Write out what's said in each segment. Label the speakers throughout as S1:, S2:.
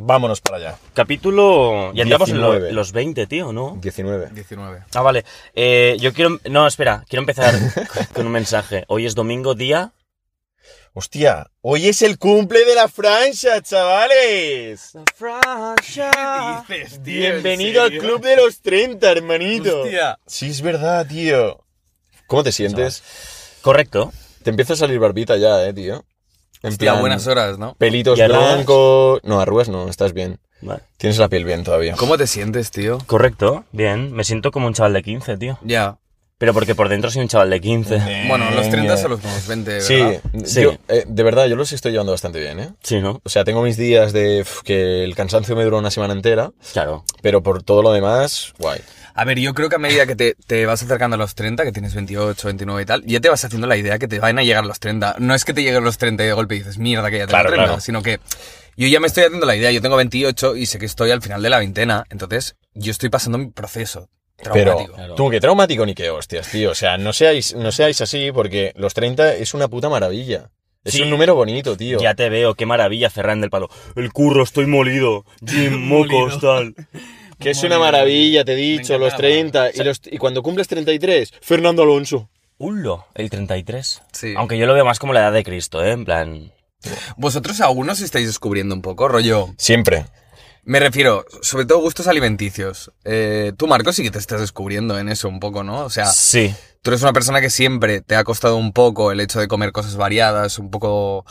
S1: Vámonos para allá.
S2: Capítulo. Ya entramos en lo-
S1: 19.
S2: los 20, tío, ¿no?
S1: 19.
S3: 19.
S2: Ah, vale. Eh, yo quiero. No, espera, quiero empezar con un mensaje. Hoy es domingo, día.
S1: Hostia, hoy es el cumple de la Francia, chavales.
S3: ¿Qué dices, tío? ¿En
S2: Bienvenido al
S3: serio?
S2: club.
S1: de los 30, hermanito.
S3: Hostia.
S1: Sí, es verdad, tío. ¿Cómo te sientes?
S2: Correcto.
S1: Te empieza a salir barbita ya, eh, tío. En
S3: Hostia, buenas horas, ¿no?
S1: Pelitos
S2: ¿Y arrugas?
S1: blancos. No, arrugas no, estás bien.
S2: Vale.
S1: Tienes la piel bien todavía.
S3: ¿Cómo te sientes, tío?
S2: Correcto. Bien. Me siento como un chaval de 15, tío.
S3: Ya.
S2: Pero porque por dentro soy un chaval de 15.
S3: Bueno, los 30 son los nuevos 20, ¿verdad?
S1: Sí,
S2: Sí.
S1: yo, eh, de verdad, yo los estoy llevando bastante bien, ¿eh?
S2: Sí, ¿no?
S1: O sea, tengo mis días de pf, que el cansancio me duró una semana entera,
S2: Claro.
S1: pero por todo lo demás, guay.
S3: A ver, yo creo que a medida que te, te vas acercando a los 30, que tienes 28, 29 y tal, ya te vas haciendo la idea que te van a llegar los 30. No es que te lleguen los 30 y de golpe dices, mierda, que ya tengo
S1: Claro,
S3: 30,
S1: claro.
S3: sino que yo ya me estoy haciendo la idea. Yo tengo 28 y sé que estoy al final de la veintena, entonces yo estoy pasando mi proceso traumático.
S1: Pero tú, qué traumático ni qué hostias, tío. O sea, no seáis, no seáis así porque los 30 es una puta maravilla. Es
S2: Sí.
S1: un número bonito, tío.
S2: Ya te veo, qué maravilla, Ferran del Palo. El curro, estoy molido. Jim, mocos, tal.
S1: que es una maravilla, te he dicho,
S3: encanta
S1: los
S3: la
S1: 30. Y, los- y cuando cumples 33, Fernando Alonso.
S2: Ullo, el 33.
S3: Sí.
S2: Aunque yo lo veo más como la edad de Cristo, ¿eh? En plan.
S3: Vosotros aún os estáis descubriendo un poco, rollo.
S1: Siempre.
S3: Me refiero, sobre todo gustos alimenticios. Eh, tú, Marco, sí que te estás descubriendo en eso un poco, ¿no? O sea,
S2: Sí.
S3: tú eres una persona que siempre te ha costado un poco el hecho de comer cosas variadas, un poco,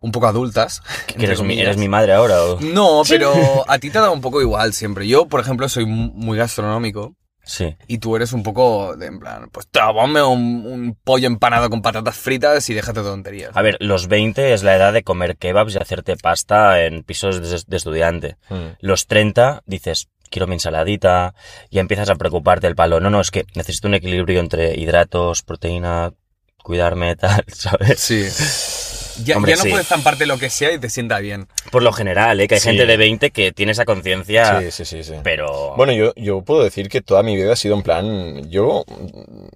S3: un poco adultas.
S2: Que
S3: entre
S2: eres, mi,
S3: comillas.
S2: eres mi madre ahora, ¿o?
S3: No, pero a ti te ha dado un poco igual siempre. Yo, por ejemplo, soy mu- muy gastronómico
S2: Sí.
S3: y tú eres un poco de en plan, pues te ponme un, un pollo empanado con patatas fritas y déjate de tonterías.
S2: A ver, los 20 es la edad de comer kebabs y hacerte pasta en pisos de, de estudiante.
S1: Mm.
S2: Los 30 dices, quiero mi ensaladita, y empiezas a preocuparte el palo. No, no, es que necesito un equilibrio entre hidratos, proteína, cuidarme, tal, ¿sabes?
S3: Sí. Ya,
S2: Hombre,
S3: ya no
S2: sí.
S3: puedes zamparte lo que sea y te sienta bien.
S2: Por lo general, ¿eh? Que hay
S1: Sí.
S2: gente de 20 que tiene esa conciencia,
S1: Sí, sí, sí, sí.
S2: pero...
S1: Bueno, yo, yo puedo decir que toda mi vida ha sido en plan. Yo. mm,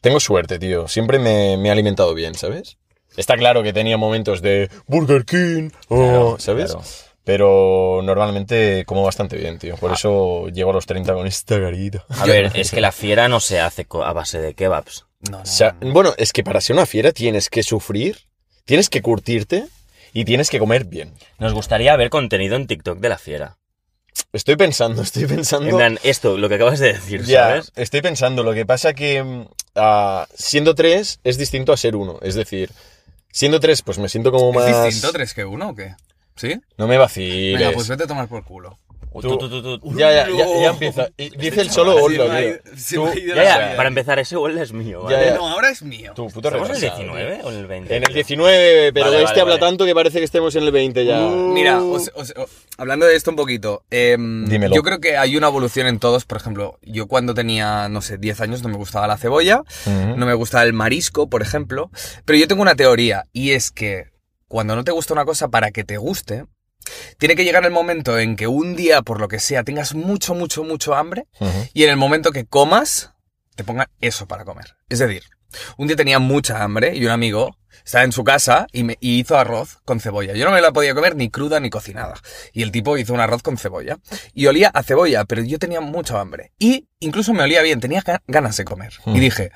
S1: Tengo suerte, tío. Siempre me, me he alimentado bien, ¿sabes? Está claro que tenía momentos de Burger King,
S2: Claro,
S1: oh, ¿sabes?
S2: claro.
S1: Pero normalmente como bastante bien, tío.
S3: Ah.
S1: Por eso llego a los 30 con esta garita.
S2: A ver, es que la fiera no se hace co- a base de kebabs.
S3: No, no.
S1: O sea, bueno, es que para ser una fiera tienes que sufrir, tienes que curtirte y tienes que comer bien.
S2: Nos gustaría ver contenido en TikTok de la fiera.
S1: Estoy pensando, estoy pensando.
S2: En plan, esto, lo que acabas de decir,
S1: Ya,
S2: ¿sabes?
S1: estoy pensando. Lo que pasa que mm, ah, siendo tres es distinto a ser uno. Es decir, siendo tres, pues me siento como
S3: ¿Es
S1: más.
S3: distinto 3 que 1 o qué? ¿Sí?
S1: No me vaciles.
S3: Venga, pues vete a tomar por culo.
S2: Tú, tú, tú, tú.
S1: Ya, ya, ya, ya empieza. Y Dice el solo
S3: Este chaval,
S1: Ollo,
S3: se me ha
S1: tío.
S3: ido- se me ha
S1: Tú-
S3: ido
S2: Ya,
S3: la
S2: ya,
S3: vida.
S2: para empezar, ese huele es mío,
S1: Ya,
S2: ¿vale?
S1: ya.
S3: No, ahora es mío.
S1: Tú, puto
S2: ¿Estamos en el
S1: retrasado, tío.
S2: 19 o en el 20?
S1: En el 19, pero
S2: Vale,
S1: este
S2: vale,
S1: habla
S2: vale.
S1: tanto que parece que estemos en el 20 ya.
S3: Mira, os- os- o- hablando de esto un poquito, em,
S1: Dímelo.
S3: yo creo que hay una evolución en todos. Por ejemplo, yo cuando tenía, no sé, 10 años no me gustaba la cebolla,
S1: Ujú.
S3: no me gustaba el marisco, por ejemplo. Pero yo tengo una teoría, y es que cuando no te gusta una cosa para que te guste, tiene que llegar el momento en que un día, por lo que sea, tengas mucho, mucho, mucho hambre,
S1: Ujú.
S3: y en el momento que comas, te pongan eso para comer. Es decir, un día tenía mucha hambre y un amigo estaba en su casa y, me, y hizo arroz con cebolla. Yo no me la podía comer ni cruda ni cocinada. Y el tipo hizo un arroz con cebolla. Y olía a cebolla, pero yo tenía mucha hambre. Y incluso me olía bien, tenía ga- ganas de comer.
S1: Hmm.
S3: Y dije,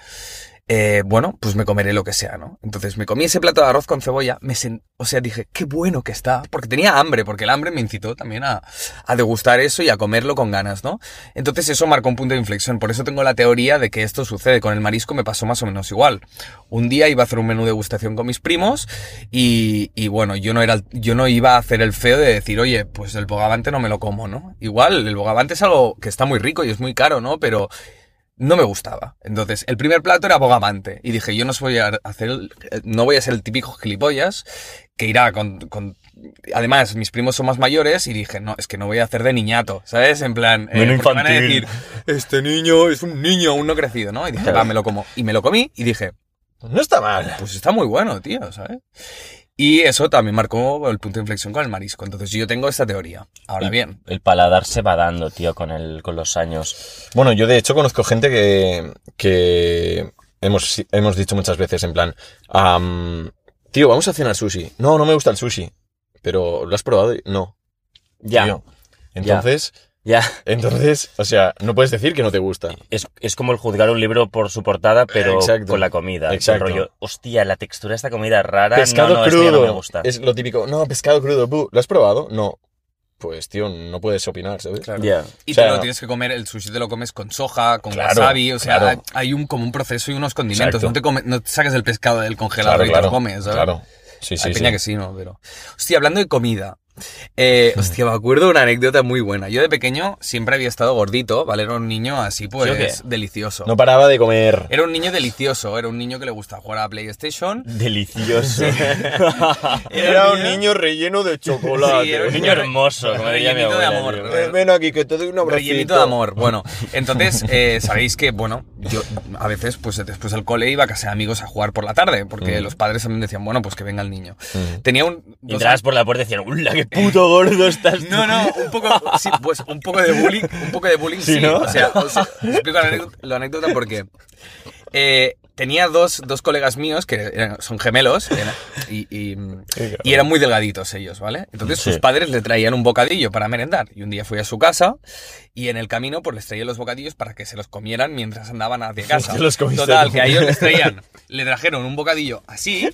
S3: eh, bueno, pues me comeré lo que sea, ¿no? Entonces me comí ese plato de arroz con cebolla, me sen- o sea, dije, qué bueno que está, porque tenía hambre, porque el hambre me incitó también a, a degustar eso y a comerlo con ganas, ¿no? Entonces eso marcó un punto de inflexión, por eso tengo la teoría de que esto sucede, con el marisco me pasó más o menos igual. Un día iba a hacer un menú de degustación con mis primos y, y bueno, yo no, era, el- yo no iba a hacer el feo de decir, oye, pues el bogavante no me lo como, ¿no? Igual, el bogavante es algo que está muy rico y es muy caro, ¿no? Pero no me gustaba. Entonces, el primer plato era bogavante. Y dije, yo no soy a hacer, el- no voy a ser el típico gilipollas que irá con, con- Además, mis primos son más mayores y dije, no, es que no voy a hacer de niñato, ¿sabes? En plan, eh,
S2: Menú
S3: porque van a
S2: infantil.
S3: decir, este niño es un niño aún no crecido, ¿no? Y dije, va, me lo como. Y me lo comí y dije,
S1: No está mal.
S3: pues está muy bueno, tío, ¿sabes? Y eso también marcó el punto de inflexión con el marisco. Entonces, yo tengo esta teoría. Ahora bien,
S2: El paladar se va dando, tío, con, el, con los años.
S1: Bueno, yo de hecho conozco gente que, que hemos, hemos dicho muchas veces en plan, am, tío, vamos a cenar sushi. No, no me gusta el sushi, pero ¿lo has probado? Y- No.
S2: Ya.
S1: tío. Entonces,
S2: Ya.
S1: entonces, o sea, no puedes decir que no te
S3: Eh,
S1: gusta.
S2: Es, es como el juzgar un libro por su portada, pero
S1: Exacto.
S2: con la comida.
S1: Exacto.
S2: Exacto. rollo, hostia, la textura de esta comida rara.
S1: pescado
S2: no, no, esto
S1: crudo.
S2: ya no me gusta.
S1: Es lo típico. No, pescado crudo. buh, ¿Lo has probado? No. Pues, tío, no puedes opinar, ¿sabes?
S3: Claro.
S2: Ya.
S3: Y
S1: O sea,
S3: te lo tienes que comer, el sushi te lo comes con soja, con
S1: Claro,
S3: wasabi, o sea,
S1: claro.
S3: hay un, como un proceso y unos condimentos.
S1: Exacto.
S3: No te, come- no te sacas el pescado del congelador y te lo comes, ¿sabes?
S1: claro. Sí, sí,
S3: Hay
S1: sí.
S3: peña que sí, ¿no? Pero... Hostia, hablando de comida. eh, hostia, me acuerdo de una anécdota muy buena. Yo de pequeño siempre había estado gordito, ¿vale? Era un niño así,
S2: ¿Sí o qué?
S3: pues, delicioso.
S1: No paraba de comer.
S3: Era un niño delicioso, era un niño que le gustaba jugar a la PlayStation.
S2: Delicioso.
S1: Era un niño relleno de chocolate.
S3: Eh, Sí, era
S2: un niño hermoso, como diría mi
S3: Rellenito de
S2: abuela.
S3: amor,
S2: tío.
S1: Eh, Ven aquí, que te doy un abracito.
S3: Rellenito de amor. Bueno, entonces, eh, sabéis que, bueno, yo a veces, pues después del cole iba a casa de amigos a jugar por la tarde, porque los padres también decían, bueno, pues que venga el niño.
S1: Mm.
S3: Tenía un...
S2: Y entrabas por la puerta y decían, ¡Ula, qué puto gordo estás! tú".
S3: No, no, un poco, sí, pues un poco de bullying, un poco de bullying, sí,
S1: ¿no?
S3: o sea, o sea, os explico la anécdota, la anécdota porque eh, tenía dos, dos colegas míos que eran- son gemelos eran- y, y- y eran muy delgaditos ellos, ¿vale? Entonces sus
S1: Sí.
S3: padres le traían un bocadillo para merendar y un día fui a su casa y en el camino pues les traía los bocadillos para que se los comieran mientras andaban hacia casa.
S1: Te los comiste
S3: Total,
S1: tú.
S3: que a ellos les traían, le trajeron un bocadillo así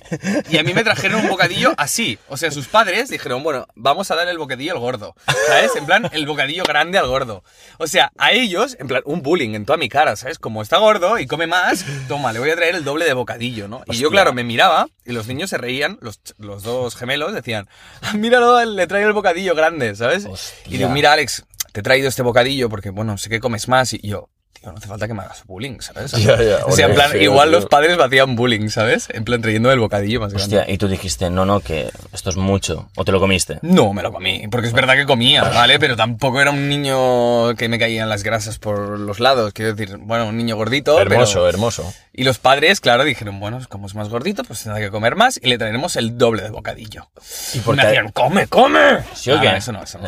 S3: y a mí me trajeron un bocadillo así. O sea, sus padres dijeron, bueno, vamos a dar el bocadillo al gordo, ¿sabes? En plan, el bocadillo grande al gordo. O sea, a ellos, en plan, un bullying en toda mi cara, ¿sabes? Como está gordo y come más, toma, le voy a traer el doble de bocadillo, ¿no? Y yo, claro, me miraba y los niños se reían, los, los dos gemelos decían, "Ah, míralo, le traigo el bocadillo grande, ¿sabes? Y digo,
S2: Hostia.
S3: mira, Alex, te he traído este bocadillo porque, bueno, sé que comes más y yo... Tío, no hace falta que me hagas bullying, ¿sabes?
S1: Ya, ya,
S3: o sea, en
S1: hombre,
S3: plan,
S1: sí,
S3: igual
S1: tío.
S3: los padres me hacían bullying, ¿sabes? En plan, trayendo el bocadillo más grande.
S2: Hostia, y tú dijiste, no, no, que esto es mucho. ¿O te lo comiste?
S3: No, me lo comí, porque es verdad que comía, ¿vale? Pero tampoco era un niño que me caían las grasas por los lados. Quiero decir, bueno, un niño gordito.
S1: Hermoso, eh.
S3: pero-
S1: hermoso.
S3: Y los padres, claro, dijeron, bueno, como es más gordito, pues tendrá que comer más y le traeremos el doble de bocadillo. Y
S2: por
S3: me
S2: qué?
S3: hacían, come, come.
S2: ¿Sí o
S3: Ah,
S2: qué?
S3: no, eso no, eso no.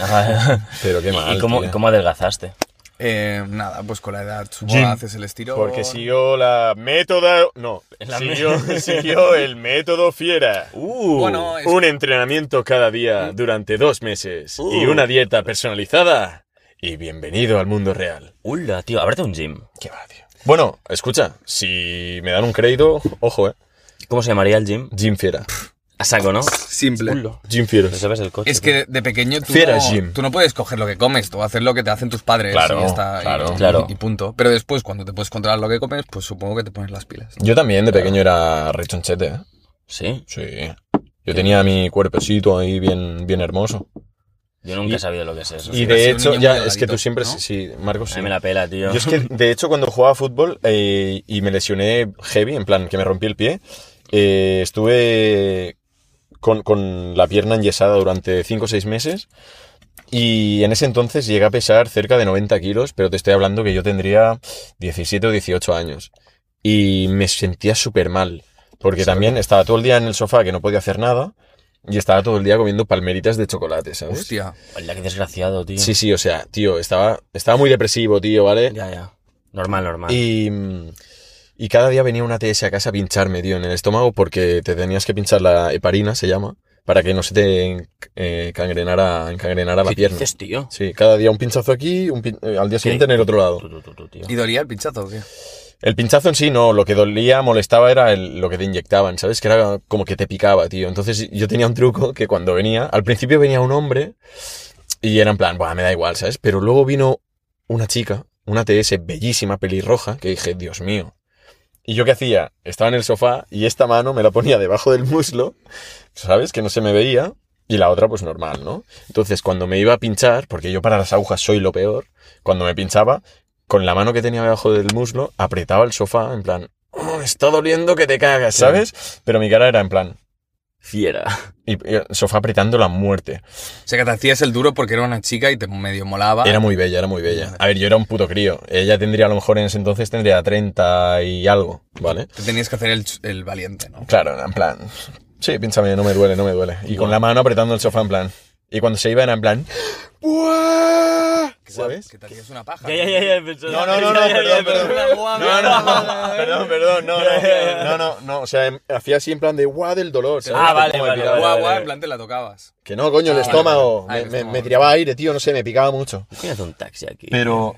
S1: Pero qué
S2: ¿Y-
S1: mal,
S2: ¿Y cómo,
S1: tío.
S2: cómo adelgazaste?
S3: Eh, nada, pues con la edad supongo
S1: Gym.
S3: haces el estilo.
S1: Porque siguió la método... No,
S2: La
S1: siguió, siguió el método fiera.
S3: Bueno, es-
S1: Un entrenamiento cada día
S3: Mm.
S1: durante dos meses y
S2: Uh.
S1: una dieta personalizada. Y bienvenido al mundo real.
S2: ¡Ula, tío! Ábrete un gym.
S1: Qué va, tío. Bueno, escucha, si me dan un crédito, ojo, eh.
S2: ¿Cómo se llamaría el gym?
S1: Jim Fiera.
S2: A saco, ¿no?
S3: Simple.
S1: Jim Fiera.
S2: Te sabes el coche.
S3: Es
S2: tío.
S3: que de pequeño tú
S1: Fiera
S3: no,
S1: gym.
S3: tú no puedes coger lo que comes, tú haces lo que te hacen tus padres
S1: Claro,
S3: y ya está. y-
S1: claro.
S3: y,
S2: Claro.
S3: y punto. Pero después, cuando te puedes controlar lo que comes, pues supongo que te pones las pilas.
S1: Yo también de pequeño era rechonchete, eh.
S2: Sí.
S1: Sí. Yo tenía mi cuerpecito ahí bien, bien hermoso.
S2: Yo nunca
S1: Y-
S2: he sabido lo que es eso.
S1: Y
S2: tío.
S3: sido
S1: de
S3: un
S1: hecho,
S3: niño
S1: ya,
S3: muy
S1: es que tú
S3: delgadito,
S1: siempre,
S3: ¿no?
S1: sí, sí, Marcos,
S2: A
S1: sí.
S2: mí me la pela, tío.
S1: Yo es que, de hecho, cuando jugaba fútbol eh, y me lesioné heavy, en plan, que me rompí el pie, eh, estuve con, con la pierna enyesada durante 5 o 6 meses y en ese entonces llegué a pesar cerca de 90 kilos, pero te estoy hablando que yo tendría 17 o 18 años y me sentía súper mal, porque también estaba todo el día en el sofá que no podía hacer nada y estaba todo el día comiendo palmeritas de chocolate, ¿sabes?
S3: Hostia.
S2: Hola, qué desgraciado, tío.
S1: Sí, sí, o sea, tío, estaba, estaba muy depresivo, tío, ¿vale?
S2: Ya, ya. Normal, normal.
S1: Y, mm, y cada día venía una TS a casa a pincharme, tío, en el estómago porque te tenías que pinchar la heparina, se llama, para que no se te en- eh, cangrenara, encangrenara la
S2: ¿Qué
S1: pierna.
S2: dices, tío?
S1: Sí, cada día un pinchazo aquí, un pin- eh, al día siguiente en el otro lado.
S2: Tú, tú, tú, tú, tío.
S3: ¿Y dolía el pinchazo o qué?
S1: El pinchazo en sí no, lo que dolía, molestaba era el- lo que te inyectaban, ¿sabes? Que era como que te picaba, tío. Entonces yo tenía un truco que cuando venía, al principio venía un hombre y era en plan, Buah, me da igual, ¿sabes? Pero luego vino una chica, una TS bellísima, pelirroja, que dije, Dios mío. ¿Y yo qué hacía? Estaba en el sofá y esta mano me la ponía debajo del muslo, ¿sabes? Que no se me veía. Y la otra, pues normal, ¿no? Entonces, cuando me iba a pinchar, porque yo para las agujas soy lo peor, cuando me pinchaba, con la mano que tenía debajo del muslo, apretaba el sofá, en plan, "Oh, me está doliendo que te cagas, ¿sabes? Pero mi cara era en plan,
S2: Fiera.
S1: y, y el sofá apretando la muerte.
S3: O sea, que te hacías el duro porque era una chica y te medio molaba.
S1: Era muy bella, era muy bella. A ver, yo era un puto crío. Ella tendría, a lo mejor en ese entonces, tendría 30 y algo, ¿vale?
S3: Te tenías que hacer el, ch- el valiente, ¿no?
S1: Claro, en plan, sí, piénsame, no me duele, no me duele. Y con la mano apretando el sofá, en plan, Y cuando se iba era en plan... "Buah", ¿Sabes?
S3: Que te harías una paja.
S2: Ya, ya, ya, ya, pensé-
S1: No, no, no, no,
S2: ya, ya, ya,
S1: perdón, perdón.
S2: pensé-
S1: No, no, no, no, perdón, perdón, no, no, no, no, no, o sea, em- hacía así en plan de guau del dolor. ¿sabes?
S2: Ah, vale,
S1: Como me
S2: vale,
S1: picaba.
S3: Guau,
S2: vale,
S3: guau,
S2: vale.
S3: en plan te la tocabas.
S1: Que no, coño, el
S3: Ah, vale, vale.
S1: estómago,
S3: Ah, el
S1: me- me-
S3: estómago.
S1: me tiraba aire, tío, no sé, me picaba mucho.
S2: Tienes un taxi aquí.
S1: Pero...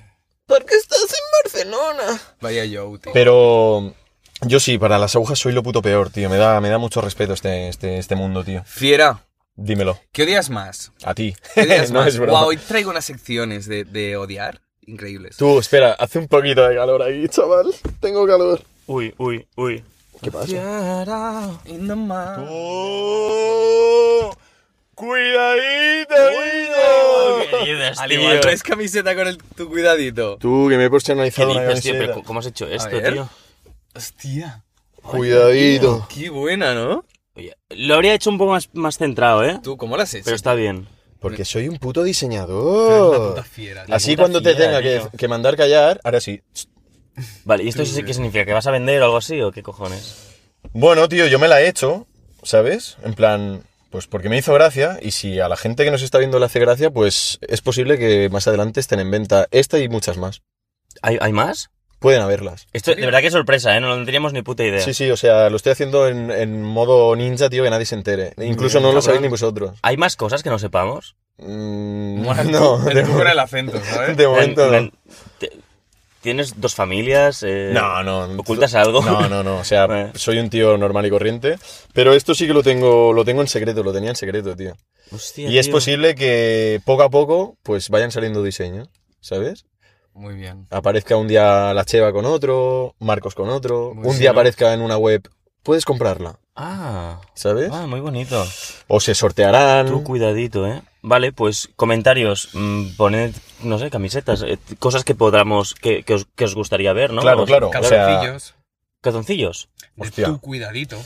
S1: ¿Por qué estás en Barcelona?
S3: Vaya yo, tío.
S1: Pero yo sí, para las agujas soy lo puto peor, tío. Me da, me da mucho respeto este, este, este mundo, tío.
S3: Fiera,
S1: Dímelo.
S3: ¿qué odias más?
S1: A ti.
S3: ¿Qué odias
S1: no
S3: más?
S1: es broma.
S3: Guau, hoy traigo unas secciones de, de odiar increíbles.
S1: Tú, espera, hace un poquito de calor aquí, chaval. Tengo calor.
S2: Uy, uy, uy.
S1: ¿Qué pasa?
S3: Fiera, in the mind.
S1: ¡Cuidadito,
S2: ¿Qué dices,
S3: Al
S2: tío?
S3: igual traes camiseta con el, tu cuidadito.
S1: Tú, que me he
S2: ¿Qué
S1: personalizado una
S2: dices, tío?
S1: camiseta.
S2: Pero, ¿Cómo has hecho esto,
S3: ver.
S2: tío?
S3: Hostia,
S1: Cuidadito.
S3: qué buena, ¿no?
S2: Oye, lo habría hecho un poco más, más centrado, ¿eh?
S3: Tú, ¿cómo la has hecho?
S2: Pero está bien.
S1: Porque soy un puto
S3: Eres una
S1: diseñador.
S3: puta fiera, tío.
S1: Así
S2: puta
S1: cuando te
S2: fiera,
S1: tenga que,
S2: tío.
S1: que mandar callar, ahora sí.
S2: Vale, ¿y esto sí qué significa? ¿Que vas a vender o algo así o qué cojones?
S1: Bueno, tío, yo me la he hecho, ¿sabes? En plan, pues porque me hizo gracia y si a la gente que nos está viendo le hace gracia, pues es posible que más adelante estén en venta esta y muchas más.
S2: ¿Hay, hay más?
S1: Pueden haberlas.
S2: Esto, de verdad que es sorpresa, ¿eh? No lo teníamos ni puta idea.
S1: Sí, sí, o sea, lo estoy haciendo en, en modo ninja, tío, que nadie se entere. Incluso no lo
S2: cabrón.
S1: sabéis ni vosotros.
S2: ¿Hay más cosas que no sepamos?
S1: Mm,
S3: Mola tú-
S1: no,
S3: tú
S1: de,
S3: con el acento,
S1: mo-
S2: ¿eh?
S3: ¿sabes?
S1: de momento no.
S2: Plan- te- ¿Tienes dos familias? Eh,
S1: No, no.
S2: ¿Ocultas algo?
S1: No, no, no. O sea,
S2: Vale.
S1: soy un tío normal y corriente. Pero esto sí que lo tengo, lo tengo en secreto, lo tenía en secreto, tío.
S2: Hostia,
S1: Y es
S2: tío.
S1: posible que poco a poco pues vayan saliendo diseños, ¿sabes?
S3: Muy bien.
S1: Aparezca un día la Cheva con otro, Marcos con otro,
S3: Muy
S1: un
S3: sí,
S1: día
S3: ¿no?
S1: aparezca en una web, puedes comprarla,
S2: Ah,
S1: ¿sabes?
S2: ah, muy bonito.
S1: O se sortearán.
S2: Tú cuidadito, ¿eh? Vale, pues comentarios, mm, poned, no sé, camisetas, eh, cosas que podamos, que, que os, que os gustaría ver, ¿no?
S1: Claro,
S2: Os-
S1: claro. O sea,
S3: Calzoncillos.
S2: Calzoncillos.
S3: de
S1: hostia.
S3: tu cuidadito.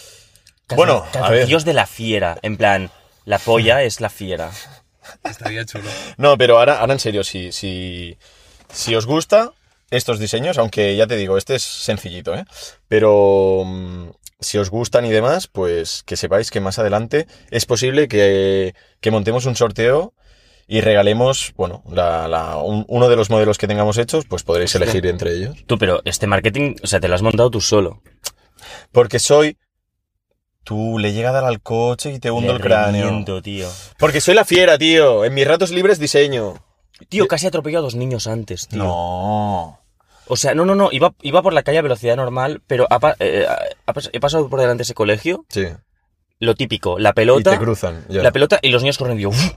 S2: Calzon-
S1: Bueno, a ver.
S2: Calzoncillos de la fiera, en plan, la polla es la fiera.
S3: Estaría chulo.
S1: No, pero ahora, ahora en serio, si, si, si os gusta estos diseños, aunque ya te digo, este es sencillito, ¿eh? Pero mm, si os gustan y demás, pues que sepáis que más adelante es posible que, que montemos un sorteo y regalemos, bueno, la- la- un- uno de los modelos que tengamos hechos, pues podréis elegir entre ellos.
S2: Tú, pero este marketing, o sea, te lo has montado tú solo.
S1: Porque soy... Tú, le llega a dar al coche y te hundo
S2: Le
S1: el cráneo.
S2: reviento, tío.
S1: Porque soy la fiera, tío. En mis ratos libres diseño.
S2: Tío, casi atropelló a dos niños antes, tío.
S1: No.
S2: O sea, no, no, no, iba, iba por la calle a velocidad normal, pero ha pa- eh, ha pas- he pasado por delante de ese colegio,
S1: Sí.
S2: lo típico, la
S1: Y
S2: pelota,
S1: te cruzan. ya.
S2: la pelota y los niños corren y yo, "Uf".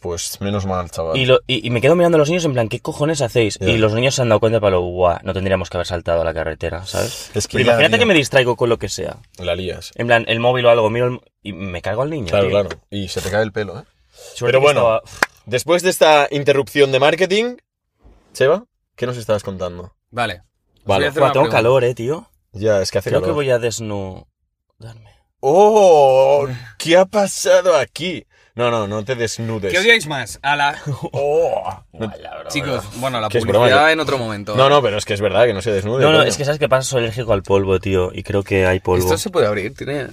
S1: Pues menos mal, chaval.
S2: y, lo- y- y me quedo mirando a los niños en plan, ¿qué cojones hacéis?
S1: Ya.
S2: Y los niños se han dado cuenta para lo, guau, no tendríamos que haber saltado a la carretera, ¿sabes?
S1: Es que
S2: Pero
S1: ya,
S2: imagínate
S1: tío,
S2: que me distraigo con lo que sea.
S1: La lías.
S2: En plan, el móvil o algo, miro el- y me cargo al niño.
S1: Claro,
S2: tío.
S1: claro. Y se te cae el pelo, ¿eh?
S2: Suerte
S1: Pero
S2: que
S1: bueno.
S2: estaba-
S1: Después de esta interrupción de marketing, Cheva, ¿qué nos estabas contando?
S3: Vale. os
S1: Vale.
S3: voy a hacer
S2: Buah, tengo
S3: una pregunta.
S2: calor, eh, tío.
S1: Ya, es que hace
S2: Creo que
S1: calor.
S2: voy a desnudarme.
S1: ¡Oh! ¿Qué ha pasado aquí? No, no, no te desnudes.
S3: ¿Qué odiáis más? A la...
S1: Oh.
S3: Chicos, bueno, la
S1: Que es broma,
S3: publicidad en otro momento.
S1: No, no, pero es que es verdad que no se desnude.
S2: No, no,
S1: coño.
S2: es que sabes qué pasa, soy alérgico al polvo, tío, y creo que hay polvo.
S3: Esto se puede abrir, tiene...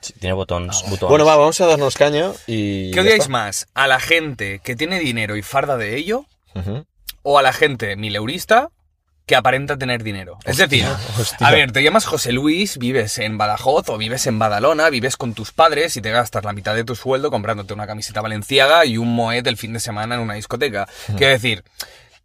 S2: Sí, Tiene botones, botones.
S1: Ah, Bueno, va, vamos a darnos caña y...
S3: ¿Qué
S1: ya
S3: odiáis
S1: está.
S3: más? ¿A la gente que tiene dinero y farda de ello?
S1: Ujú.
S3: ¿O a la gente mileurista que aparenta tener dinero? Es decir,
S1: hostia.
S3: a ver, te llamas José Luis, vives en Badajoz o vives en Badalona, vives con tus padres y te gastas la mitad de tu sueldo comprándote una camiseta valenciaga y un moed el fin de semana en una discoteca. Quiero decir...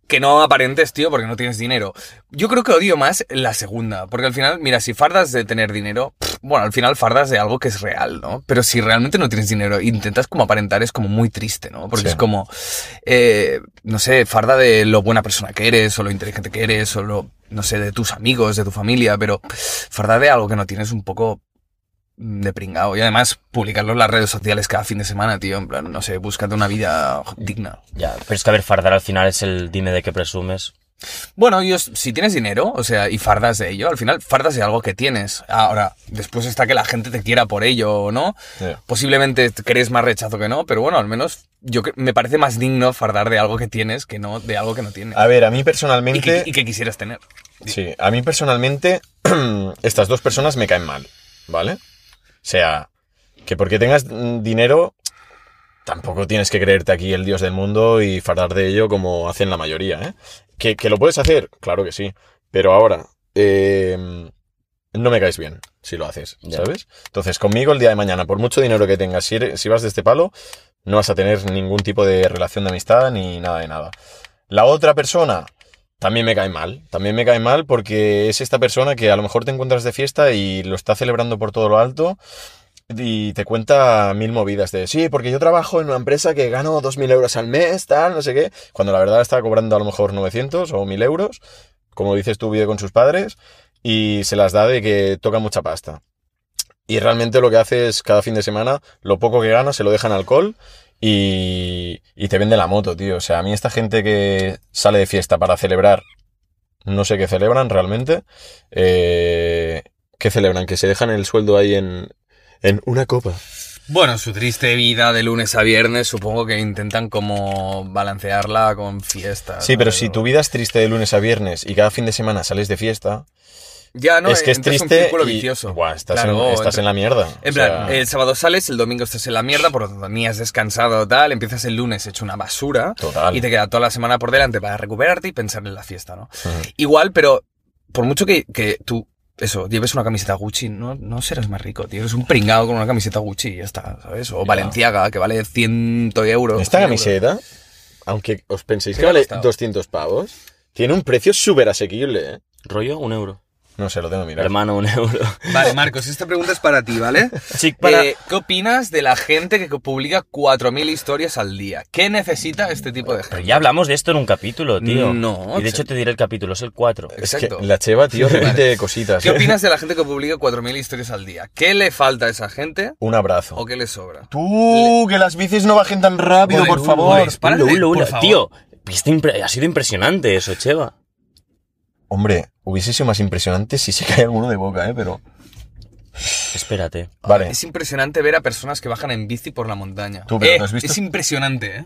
S3: Que no aparentes, tío, porque no tienes dinero. Yo creo que odio más la segunda, porque al final, mira, si fardas de tener dinero, pff, bueno, al final fardas de algo que es real, ¿no? Pero si realmente no tienes dinero, e intentas como aparentar, es como muy triste, ¿no? Porque
S1: Sí.
S3: es como, eh, no sé, farda de lo buena persona que eres, o lo inteligente que eres, o lo, no sé, de tus amigos, de tu familia, pero pff, farda de algo que no tienes un poco de pringao. Y además, publicarlo en las redes sociales cada fin de semana, tío, en plan, no sé, búscate una vida digna.
S2: Ya, pero es que a ver, fardar al final es el dime de qué presumes.
S3: Bueno, yo, si tienes dinero, o sea, y fardas de ello, al final fardas de algo que tienes. Ahora, después está que la gente te quiera por ello o no.
S1: Ya.
S3: Posiblemente te crees más rechazo que no, pero bueno, al menos yo cre- me parece más digno fardar de algo que tienes que no de algo que no tienes.
S1: A ver, a mí
S3: Y
S1: personalmente...
S3: que, y que quisieras tener.
S1: Sí, a mí personalmente estas dos personas me caen mal, ¿vale? O sea, que porque tengas mm, dinero tampoco tienes que creerte aquí el dios del mundo y fardar de ello como hacen la mayoría, ¿eh? ¿Que, que lo puedes hacer? Claro que sí. Pero ahora, eh, no me caes bien si lo haces,
S2: Ya.
S1: ¿sabes? Entonces, conmigo el día de mañana, por mucho dinero que tengas, si, eres- si vas de este palo, no vas a tener ningún tipo de relación de amistad ni nada de nada. La otra persona también me cae mal, también me cae mal porque es esta persona que a lo mejor te encuentras de fiesta y lo está celebrando por todo lo alto y te cuenta mil movidas de, sí, porque yo trabajo en una empresa que gano 2.000 euros al mes, tal, no sé qué, cuando la verdad está cobrando a lo mejor 900 o 1.000 euros, como dices tú, vive con sus padres, y se las da de que toca mucha pasta. Y realmente lo que hace es cada fin de semana, lo poco que gana se lo dejan alcohol y, y te vende la moto, tío. O sea, a mí esta gente que sale de fiesta para celebrar, no sé qué celebran realmente, eh, ¿qué celebran? Que se dejan el sueldo ahí en, en una copa.
S3: Bueno, su triste vida de lunes a viernes, supongo que intentan como balancearla con fiestas.
S1: Sí, pero
S3: ¿sabes?
S1: si tu vida es triste de lunes a viernes y cada fin de semana sales de fiesta,
S3: Ya, no,
S1: es que es
S3: entras en
S1: triste
S3: un círculo
S1: y
S3: vicioso.
S1: Buah, estás,
S3: Claro,
S1: en, estás
S3: entra-
S1: en la mierda.
S3: En
S1: O
S3: plan,
S1: sea,
S3: el sábado sales, el domingo estás en la mierda, por lo tanto ni has descansado tal, empiezas el lunes hecho una basura
S1: total.
S3: y te queda toda la semana por delante para recuperarte y pensar en la fiesta, ¿no?
S1: Ujú.
S3: Igual, pero por mucho que, que tú, eso, lleves una camiseta Gucci, no, no serás más rico, tío. Eres un pringado con una camiseta Gucci y ya está, ¿sabes? O Valenciaga, que vale 100 euros.
S1: Esta
S3: 100 euros.
S1: camiseta, aunque os penséis
S3: ¿Qué
S1: que
S3: le ha
S1: vale
S3: costado?
S1: 200 pavos, tiene un precio súper asequible, ¿eh?
S2: Rollo, un euro.
S1: No sé, lo tengo que mirar.
S2: Hermano, un euro.
S3: Vale, Marcos, esta pregunta es para ti, ¿vale?
S2: Chic para...
S3: Eh, ¿Qué opinas de la gente que publica 4.000 historias al día? ¿Qué necesita este tipo de
S2: Pero
S3: gente?
S2: ya hablamos de esto en un capítulo, tío.
S3: No,
S2: Y de hecho
S3: che.
S2: te diré el capítulo, es el 4.
S1: es que
S3: Exacto.
S1: la Cheva, tío, repite cositas.
S3: ¿Qué
S1: ¿eh?
S3: opinas de la gente que publica 4.000 historias al día? ¿Qué le falta a esa gente
S1: Un abrazo.
S3: o qué le sobra?
S1: Tú, que las bicis no bajen tan rápido,
S3: Joder,
S1: por
S3: uh,
S1: favor.
S3: joder. Párale, por favor.
S2: Tío, viste impre- ha sido impresionante eso, Cheva.
S1: Hombre, hubiese sido más impresionante si se cae alguno de boca, ¿eh? Pero...
S2: Espérate.
S1: Vale.
S3: Es impresionante ver a personas que bajan en bici por la montaña.
S1: eh. Tú, pero
S3: Eh,
S1: ¿te has visto?
S3: Es impresionante, ¿eh?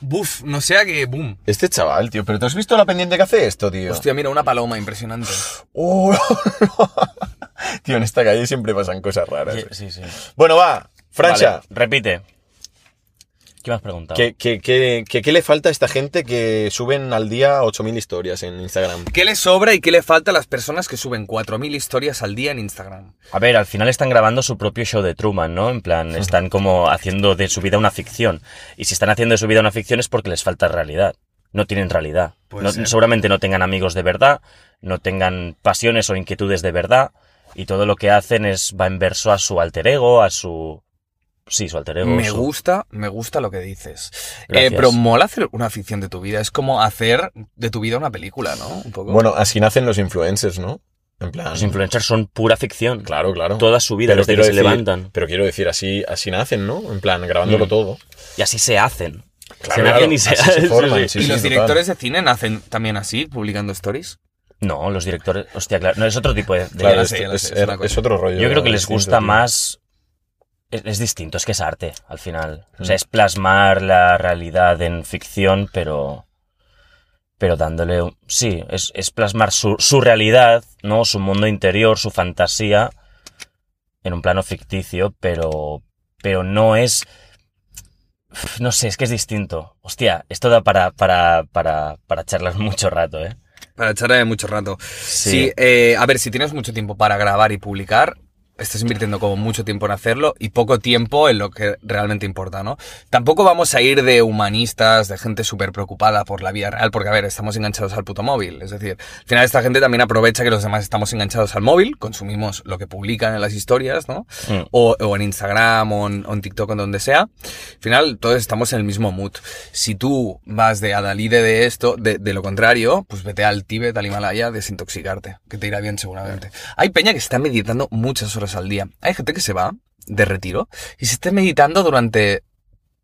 S3: Buf, no sea que boom.
S1: Este chaval, tío, pero ¿te has visto la pendiente que hace esto, tío?
S3: Hostia, mira, una paloma, impresionante.
S1: Oh, tío, en esta calle siempre pasan cosas raras. ¿eh?
S2: Sí, sí.
S1: Bueno, va, Francia.
S2: Vale, repite. ¿Qué me has preguntado?
S1: ¿Qué, qué, qué- qué- qué le falta a esta gente que suben al día 8.000 historias en Instagram?
S3: ¿Qué le sobra y qué le falta a las personas que suben 4.000 historias al día en Instagram?
S2: A ver, al final están grabando su propio show de Truman, ¿no? En plan, están como haciendo de su vida una ficción. Y si están haciendo de su vida una ficción es porque les falta realidad. No tienen realidad.
S3: Puede
S2: No-
S3: ser.
S2: seguramente no tengan amigos de verdad, no tengan pasiones o inquietudes de verdad. Y todo lo que hacen es va en verso a su alter ego, a su... Sí, su alter ego.
S3: Me
S2: su-
S3: gusta, me gusta lo que dices. Eh,
S2: Gracias.
S3: pero mola hacer una ficción de tu vida. Es como hacer de tu vida una película, ¿no? Un poco.
S1: Bueno, así nacen los influencers, ¿no? En plan...
S2: Los influencers son pura ficción.
S1: Claro, claro.
S2: Toda su vida,
S1: Pero
S2: desde que
S1: quiero
S2: se
S1: decir-
S2: levantan.
S1: Pero quiero decir, así, así nacen, ¿no? En plan, grabándolo
S2: Mm.
S1: todo.
S2: Y así se hacen.
S1: Claro,
S2: se nacen
S1: claro,
S2: y se
S1: así se
S2: hacen. sí,
S1: forman,
S2: sí.
S1: sí.
S3: ¿Y los
S1: total.
S3: directores de cine nacen también así, publicando stories?
S2: No, los directores. Hostia, claro. No, es otro tipo de. de-
S1: Claro,
S3: la
S1: es,
S3: sé, ya la
S1: es- er,
S3: sé, es una
S1: es
S3: cosa.
S1: otro rollo.
S2: Yo creo que les
S1: distinto,
S2: gusta
S1: tío.
S2: más. Es, es distinto, es que es arte, al final. O
S1: Mm.
S2: sea, es plasmar la realidad en ficción, pero. Pero dándole. un- Sí, es, es plasmar su, su realidad, ¿no? Su mundo interior, su fantasía. En un plano ficticio, pero. Pero no es. Uf, No sé, es que es distinto. Hostia, esto da para, para, para, para charlar mucho rato, ¿eh?
S3: Para echar de mucho rato. Sí, eh, a ver, si tienes mucho tiempo para grabar y publicar, estás invirtiendo como mucho tiempo en hacerlo y poco tiempo en lo que realmente importa, ¿no? Tampoco vamos a ir de humanistas, de gente súper preocupada por la vida real, porque, a ver, estamos enganchados al puto móvil. Es decir, al final esta gente también aprovecha que los demás estamos enganchados al móvil, consumimos lo que publican en las historias, ¿no?
S2: Mm.
S3: o, o en Instagram o en, o en TikTok o en donde sea. Al final, todos estamos en el mismo mood. Si tú vas de adalide de esto, de, de lo contrario, pues vete al Tíbet, al Himalaya, a desintoxicarte, que te irá bien seguramente. Hay peña que está meditando muchas horas al día. Hay gente que se va de retiro y se está meditando durante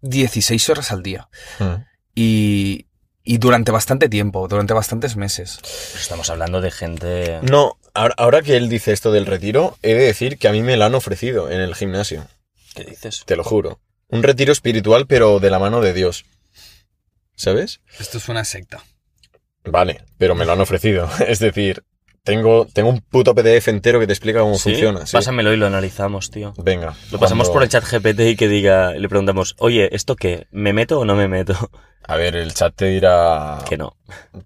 S3: 16 horas al día.
S1: Mm.
S3: Y, y durante bastante tiempo, durante bastantes meses.
S2: Estamos hablando de gente.
S1: No, ahora, ahora que él dice esto del retiro, he de decir que a mí me lo han ofrecido en el gimnasio,
S2: ¿Qué dices?
S1: te lo juro. Un retiro espiritual, pero de la mano de Dios. ¿Sabes?
S3: Esto es una secta.
S1: Vale, pero me lo han ofrecido. Es decir, Tengo, tengo un puto PDF entero que te explica cómo
S2: ¿Sí?
S1: funciona. sí.
S2: Pásamelo y lo analizamos, tío.
S1: Venga.
S2: Lo pasamos
S1: cuando-
S2: por el chat GPT y que diga, le preguntamos, oye, ¿esto qué? ¿Me meto o no me meto?
S1: A ver, el chat te dirá.
S2: Que no.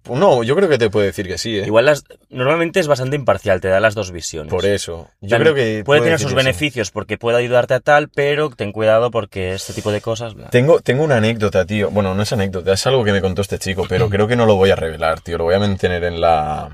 S1: No, yo creo que te puede decir que sí, ¿eh?
S2: Igual las, normalmente es bastante imparcial, te da las dos visiones.
S1: Por eso. Yo
S2: Plan,
S1: creo que.
S2: Puede tener
S1: decir
S2: sus
S1: que sí.
S2: beneficios porque puede ayudarte a tal, pero ten cuidado porque este tipo de cosas. bla.
S1: Tengo, tengo una anécdota, tío. Bueno, no es anécdota, es algo que me contó este chico, pero creo que no lo voy a revelar, tío. Lo voy a mantener en la.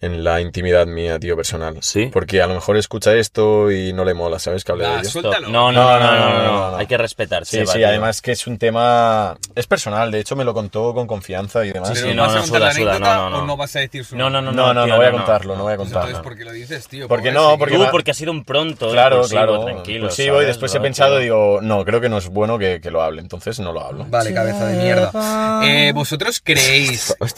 S1: En la intimidad mía, tío, personal.
S2: Sí.
S1: Porque a lo mejor escucha esto y no le mola, ¿sabes? Que hable
S3: Ah,
S1: de ello.
S3: suel-
S2: Stop.
S3: Suéltalo.
S2: No, no, no, no, no, no,
S1: no.
S2: Hay que respetar.
S1: Sí,
S2: Seba,
S1: sí,
S2: tío.
S1: además que es un tema. Es personal, de hecho me lo contó con confianza y demás.
S2: Sí, sí,
S1: Y-
S2: no,
S3: ¿vas a
S2: no,
S3: contar
S2: suda,
S3: la
S2: suda,
S3: anécdota
S2: no, no,
S3: o
S2: no.
S3: no vas a decir su
S2: No, no, no.
S1: No, no,
S2: tío,
S1: no voy a contarlo, no voy a
S3: Pues
S1: contarlo.
S3: entonces, ¿por qué lo dices, tío?
S1: Porque
S3: Pobre,
S1: no,
S3: señor.
S1: porque
S2: Tú,
S1: va-
S2: porque ha sido un pronto.
S1: Claro,
S2: impulsivo,
S1: claro.
S2: Pues Tranquilo.
S1: impulsivo, y
S2: ¿sabes?
S1: después he
S2: ¿verdad?
S1: pensado,
S2: Tío.
S1: digo, no, creo que no es bueno que, que lo hable, entonces no lo hablo.
S3: Vale, cabeza de mierda. Eh, ¿Vosotros creéis,
S2: Pues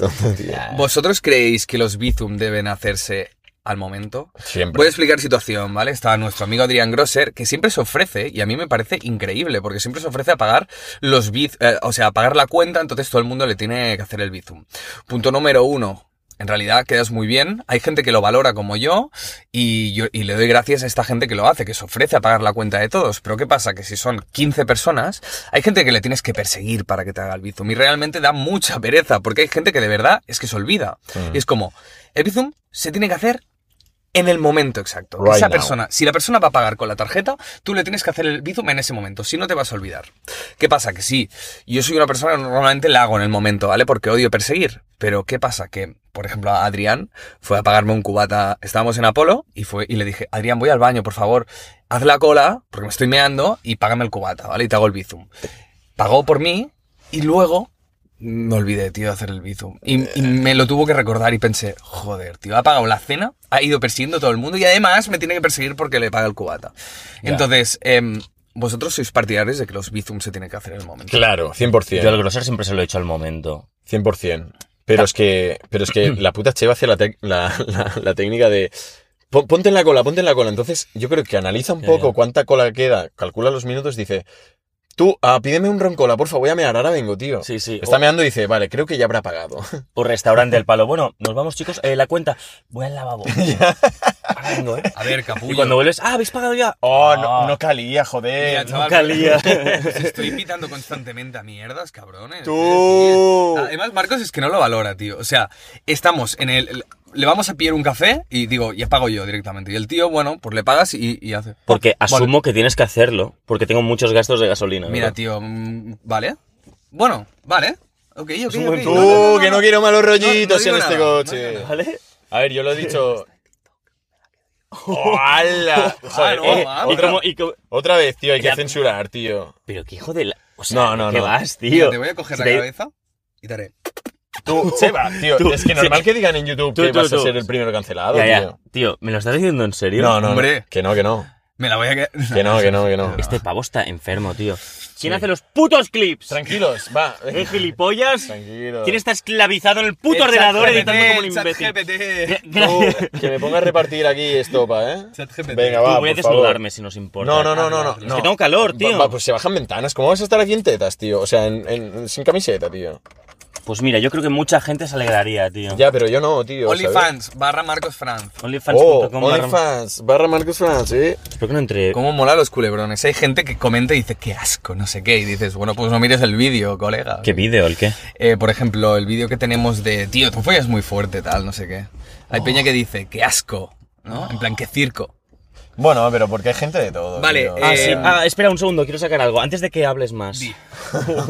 S3: vosotros creéis que los Bizum deben hacerse al momento?
S1: Siempre.
S2: Pues
S3: Voy a explicar situación, ¿vale? Está nuestro amigo Adrián Grosser, que siempre se ofrece, y a mí me parece increíble, porque siempre se ofrece a pagar los biz, eh, o sea, a pagar la cuenta, entonces todo el mundo le tiene que hacer el bizum. Punto número uno. En realidad quedas muy bien, hay gente que lo valora como yo y, yo y le doy gracias a esta gente que lo hace, que se ofrece a pagar la cuenta de todos. Pero ¿qué pasa? Que si son 15 personas, hay gente que le tienes que perseguir para que te haga el bizum y realmente da mucha pereza porque hay gente que de verdad es que se olvida.
S1: Mm.
S3: Y es como, el bizum se tiene que hacer en el momento exacto. Que
S1: Right
S3: Esa
S1: now.
S3: persona, si la persona va a pagar con la tarjeta, tú le tienes que hacer el bizum en ese momento, si no te vas a olvidar. ¿Qué pasa? Que sí, yo soy una persona que normalmente la hago en el momento, ¿vale? Porque odio perseguir. Pero ¿qué pasa? Que, por ejemplo, a Adrián fue a pagarme un cubata, estábamos en Apolo y, fue, y le dije, Adrián, voy al baño, por favor, haz la cola, porque me estoy meando, y págame el cubata, ¿vale? Y te hago el bizum. Pagó por mí y luego me olvidé, tío, de hacer el bizum. Y, y me lo tuvo que recordar y pensé, joder, tío, ha pagado la cena, ha ido persiguiendo a todo el mundo y además me tiene que perseguir porque le paga el cubata.
S2: Ya.
S3: Entonces, em, vosotros sois partidarios de que los bizum se tienen que hacer en el momento.
S1: Claro, 100%.
S2: Yo al grosor siempre se lo he hecho al momento.
S1: 100%. Pero es que, pero es que la puta Cheva hace la, tec- la, la- la técnica de "Pon- ponte en la cola, ponte en la cola. Entonces, yo creo que analiza un
S2: Ya,
S1: poco
S2: ya.
S1: cuánta cola queda, calcula los minutos, dice, tú, ah, pídeme un roncola, porfa, voy a mear, ahora vengo, tío.
S2: Sí, sí.
S1: Está
S2: o,
S1: meando y dice, vale, creo que ya habrá pagado.
S2: o restaurante del palo. Bueno, nos vamos, chicos. Eh, la cuenta. Voy al lavabo. Ahora vengo, eh.
S3: A ver,
S2: Y
S3: capullo.
S2: cuando vuelves, ah, habéis pagado ya.
S1: Oh,
S2: Ah.
S1: no, no calía, joder.
S3: Mira, chaval,
S2: nunca lía.
S3: Os estoy invitando constantemente a mierdas, cabrones.
S1: Tú.
S3: Además, Marcos es que no lo valora, tío. O sea, estamos en el... Le vamos a pillar un café y digo, ya pago yo directamente. Y el tío, bueno, pues le pagas y, y hace...
S2: Porque
S3: Vale.
S2: asumo que tienes que hacerlo, porque tengo muchos gastos de gasolina.
S3: Mira,
S2: ¿verdad?
S3: tío, mm, vale. Bueno, vale. Ok, ok,
S2: un
S3: ok.
S2: buen
S1: Tú,
S2: No, no,
S1: que no quiero malos rollitos
S3: digo
S1: en este
S3: nada, no
S1: coche.
S3: digo
S2: ¿Vale?
S1: a ver, yo lo he dicho. ¡Hala! Joder,
S3: Ah, no,
S1: eh,
S3: va,
S2: ¿Y
S1: otra,
S2: cómo- y cómo-
S1: otra vez, tío, hay que
S2: Ya.
S1: censurar, tío.
S2: Pero qué hijo de la... O sea,
S1: No, no,
S2: ¿de ¿qué
S1: no.
S2: vas,
S3: Mira,
S2: tío?
S3: te voy a coger
S2: Si
S3: la
S2: te-
S3: cabeza y te haré...
S1: Tú, Seba, tío,
S2: Tú,
S1: es que
S2: sí.
S1: normal que digan en YouTube
S2: Tú,
S1: que
S2: tú,
S1: vas
S2: tú.
S1: a ser el primero cancelado,
S2: Ya, ya.
S1: tío.
S2: Tío, ¿me lo estás diciendo en serio?
S1: No, no, no,
S3: Hombre.
S1: que no, que no.
S3: Me la voy a quedar...
S1: Que no, que no, que no.
S2: Este pavo está enfermo, tío. ¿Quién hace los putos clips?
S1: Tranquilos, va.
S2: ¿Eh, gilipollas?
S1: Tranquilos.
S2: ¿Quién está esclavizado en el puto ordenador editando como un imbécil?
S3: ChatGPT.
S1: Tú, que me ponga a repartir aquí estopa, ¿eh?
S3: ChatGPT.
S1: Venga,
S2: Tú,
S1: va,
S2: voy a
S1: por favor.
S2: desnudarme si nos importa.
S1: No, no, no, no, no.
S2: Es
S1: no.
S2: que tengo calor,
S1: Va-
S2: tío.
S1: va, pues se bajan ventanas. ¿Cómo vas a estar aquí en tetas, tío? O sea, en- en- sin camiseta, tío.
S2: Pues mira, yo creo que mucha gente se alegraría, tío.
S1: Ya, pero yo no, tío. ¿sabes?
S3: OnlyFans barra Marcos Franz.
S1: Oh,
S2: Onlyfans.com barra-
S1: OnlyFans, barra Marcos Franz, ¿eh?
S2: Espero que no entre...
S3: ¿Cómo mola los culebrones? Hay gente que comenta y dice, qué asco, no sé qué. Y dices, bueno, pues no mires el vídeo, colega.
S2: ¿Qué vídeo? ¿El qué?
S3: Eh, por ejemplo, el vídeo que tenemos de, tío, tu follas muy fuerte, tal, no sé qué. Hay peña que dice, qué asco, ¿no? En plan, qué circo.
S1: Bueno, pero porque hay gente de todo.
S3: Vale,
S1: tío.
S3: eh,
S2: Ah, sí. Ah, espera un segundo, quiero sacar algo. Antes de que hables más.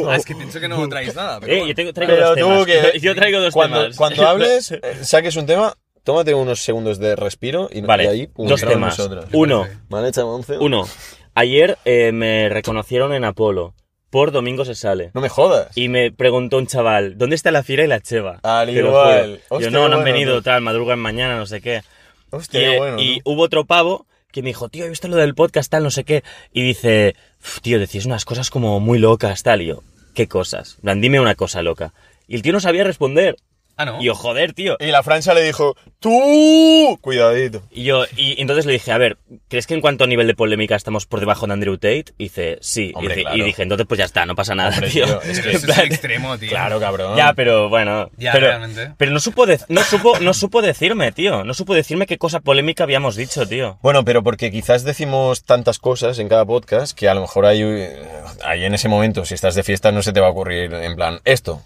S3: Ah, es que pienso que no traéis nada. Pero
S2: Eh,
S3: bueno.
S2: yo tengo- traigo
S1: Pero
S2: dos
S1: tú
S2: temas.
S1: que.
S2: Yo traigo dos
S1: cuando,
S2: temas.
S1: Cuando hables, eh, saques un tema, tómate unos segundos de respiro y,
S2: Vale,
S1: y ahí pum,
S2: dos
S1: entramos
S2: temas.
S1: nosotros.
S2: Uno,
S1: ¿Vale, chamonce?
S2: uno. Ayer eh, me reconocieron en Apolo. Por Domingo se sale.
S1: No me jodas.
S2: Y me preguntó un chaval, ¿dónde está la fiera y la cheva?
S1: Al
S2: Te lo
S1: igual.
S2: juro.
S1: Hostia,
S2: Yo no, no han
S1: bueno,
S2: venido,
S1: tú.
S2: tal, madrugan mañana, no sé qué.
S1: Hostia,
S2: y
S1: qué
S2: eh,
S1: bueno.
S2: y
S1: ¿no?
S2: hubo otro pavo que me dijo, tío, he visto lo del podcast, tal, no sé qué. Y dice, "Uf, tío, decís unas cosas como muy locas, tal. Y yo, ¿qué cosas? En plan, dime una cosa loca. Y el tío no sabía responder.
S3: Ah, no.
S2: Y yo, joder, tío.
S1: Y la Francia le dijo, tú, cuidadito.
S2: Y yo, y entonces le dije, a ver, ¿crees que en cuanto a nivel de polémica estamos por debajo de Andrew Tate? Y dice, sí.
S1: Hombre,
S2: y, dice-
S1: claro.
S2: y dije, entonces pues ya está, no pasa nada,
S1: Hombre,
S2: tío.
S1: tío, es que
S2: En
S1: eso
S3: es el
S2: plan,
S3: extremo, tío.
S1: Claro, cabrón.
S2: Ya, pero bueno.
S3: Ya,
S2: pero,
S3: realmente.
S2: pero no supo, de- no supo, no supo decirme, tío. No supo decirme qué cosa polémica habíamos dicho, tío.
S1: Bueno, pero porque quizás decimos tantas cosas en cada podcast que a lo mejor hay, eh, ahí en ese momento, si estás de fiesta, no se te va a ocurrir en plan esto.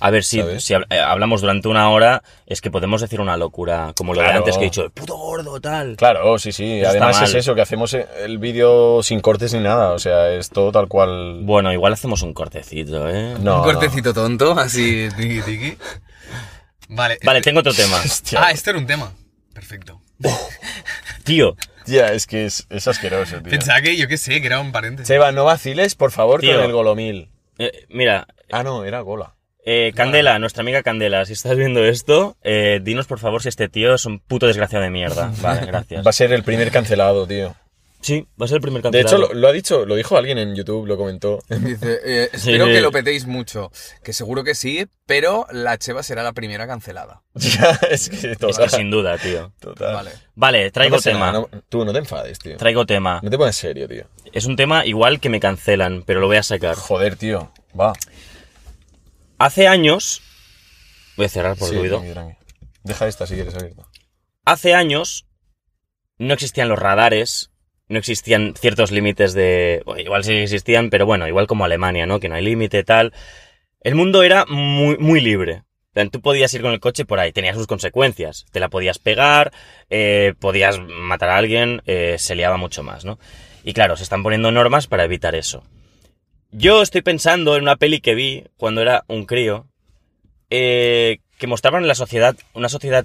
S2: A ver, si,
S1: ¿Sabes?
S2: si hab- eh, hablamos durante una hora, es que podemos decir una locura, como lo de
S1: Claro.
S2: antes que he dicho, "El puto gordo, tal.
S1: Claro, oh, sí, sí.
S2: Eso está
S1: Además es
S2: mal.
S1: eso, que hacemos el vídeo sin cortes ni nada. O sea, es todo tal cual.
S2: Bueno, igual hacemos un cortecito, ¿eh?
S1: No,
S3: Un
S1: no.
S3: cortecito tonto, así, tiki tiki. Vale.
S2: Vale,
S3: este-
S2: tengo otro tema.
S1: Hostia.
S3: Ah, este era un tema. Perfecto.
S2: Tío,
S1: Ya, es que es, es asqueroso, tío.
S3: Pensaba que yo qué sé, que era un paréntesis.
S1: Seba, no vaciles, por favor,
S2: Tío.
S1: con el golomil.
S2: eh, mira,
S1: Ah, no, era gola.
S2: eh, Candela, nuestra amiga Candela, si estás viendo esto, eh, dinos por favor si este tío es un puto desgraciado de mierda. Vale, gracias.
S1: Va a ser el primer cancelado, tío.
S2: Sí, va a ser el primer
S1: De hecho,
S2: cancelado.
S1: lo, lo ha dicho, lo dijo alguien en YouTube, lo comentó.
S3: Dice, eh, espero
S2: Sí.
S3: que lo petéis mucho, que seguro que sí, pero la Cheva será la primera cancelada.
S1: ya, es que total.
S2: Es que sin duda, tío.
S1: total.
S3: Vale.
S2: Vale,
S1: No
S2: traigo
S1: pasa
S2: tema.
S1: nada, no- tú no te enfades, tío.
S2: Traigo tema.
S1: No te pones serio, tío.
S2: Es un tema igual que me cancelan, pero lo voy a sacar.
S1: Joder, tío. Va.
S2: Hace años... Voy a cerrar por
S1: Sí,
S2: ruido.
S1: tranqui, tranqui. Deja esta si quieres abierta.
S2: Hace años no existían los radares, no existían ciertos límites de... bueno, igual sí existían, pero bueno, igual como Alemania, ¿no? Que no hay límite, tal. El mundo era muy, muy libre. En plan, Tú podías ir con el coche por ahí, tenía sus consecuencias. Te la podías pegar, eh, podías matar a alguien, eh, se liaba mucho más, ¿no? Y claro, se están poniendo normas para evitar eso. Yo estoy pensando en una peli que vi cuando era un crío, eh, que mostraban la sociedad, una sociedad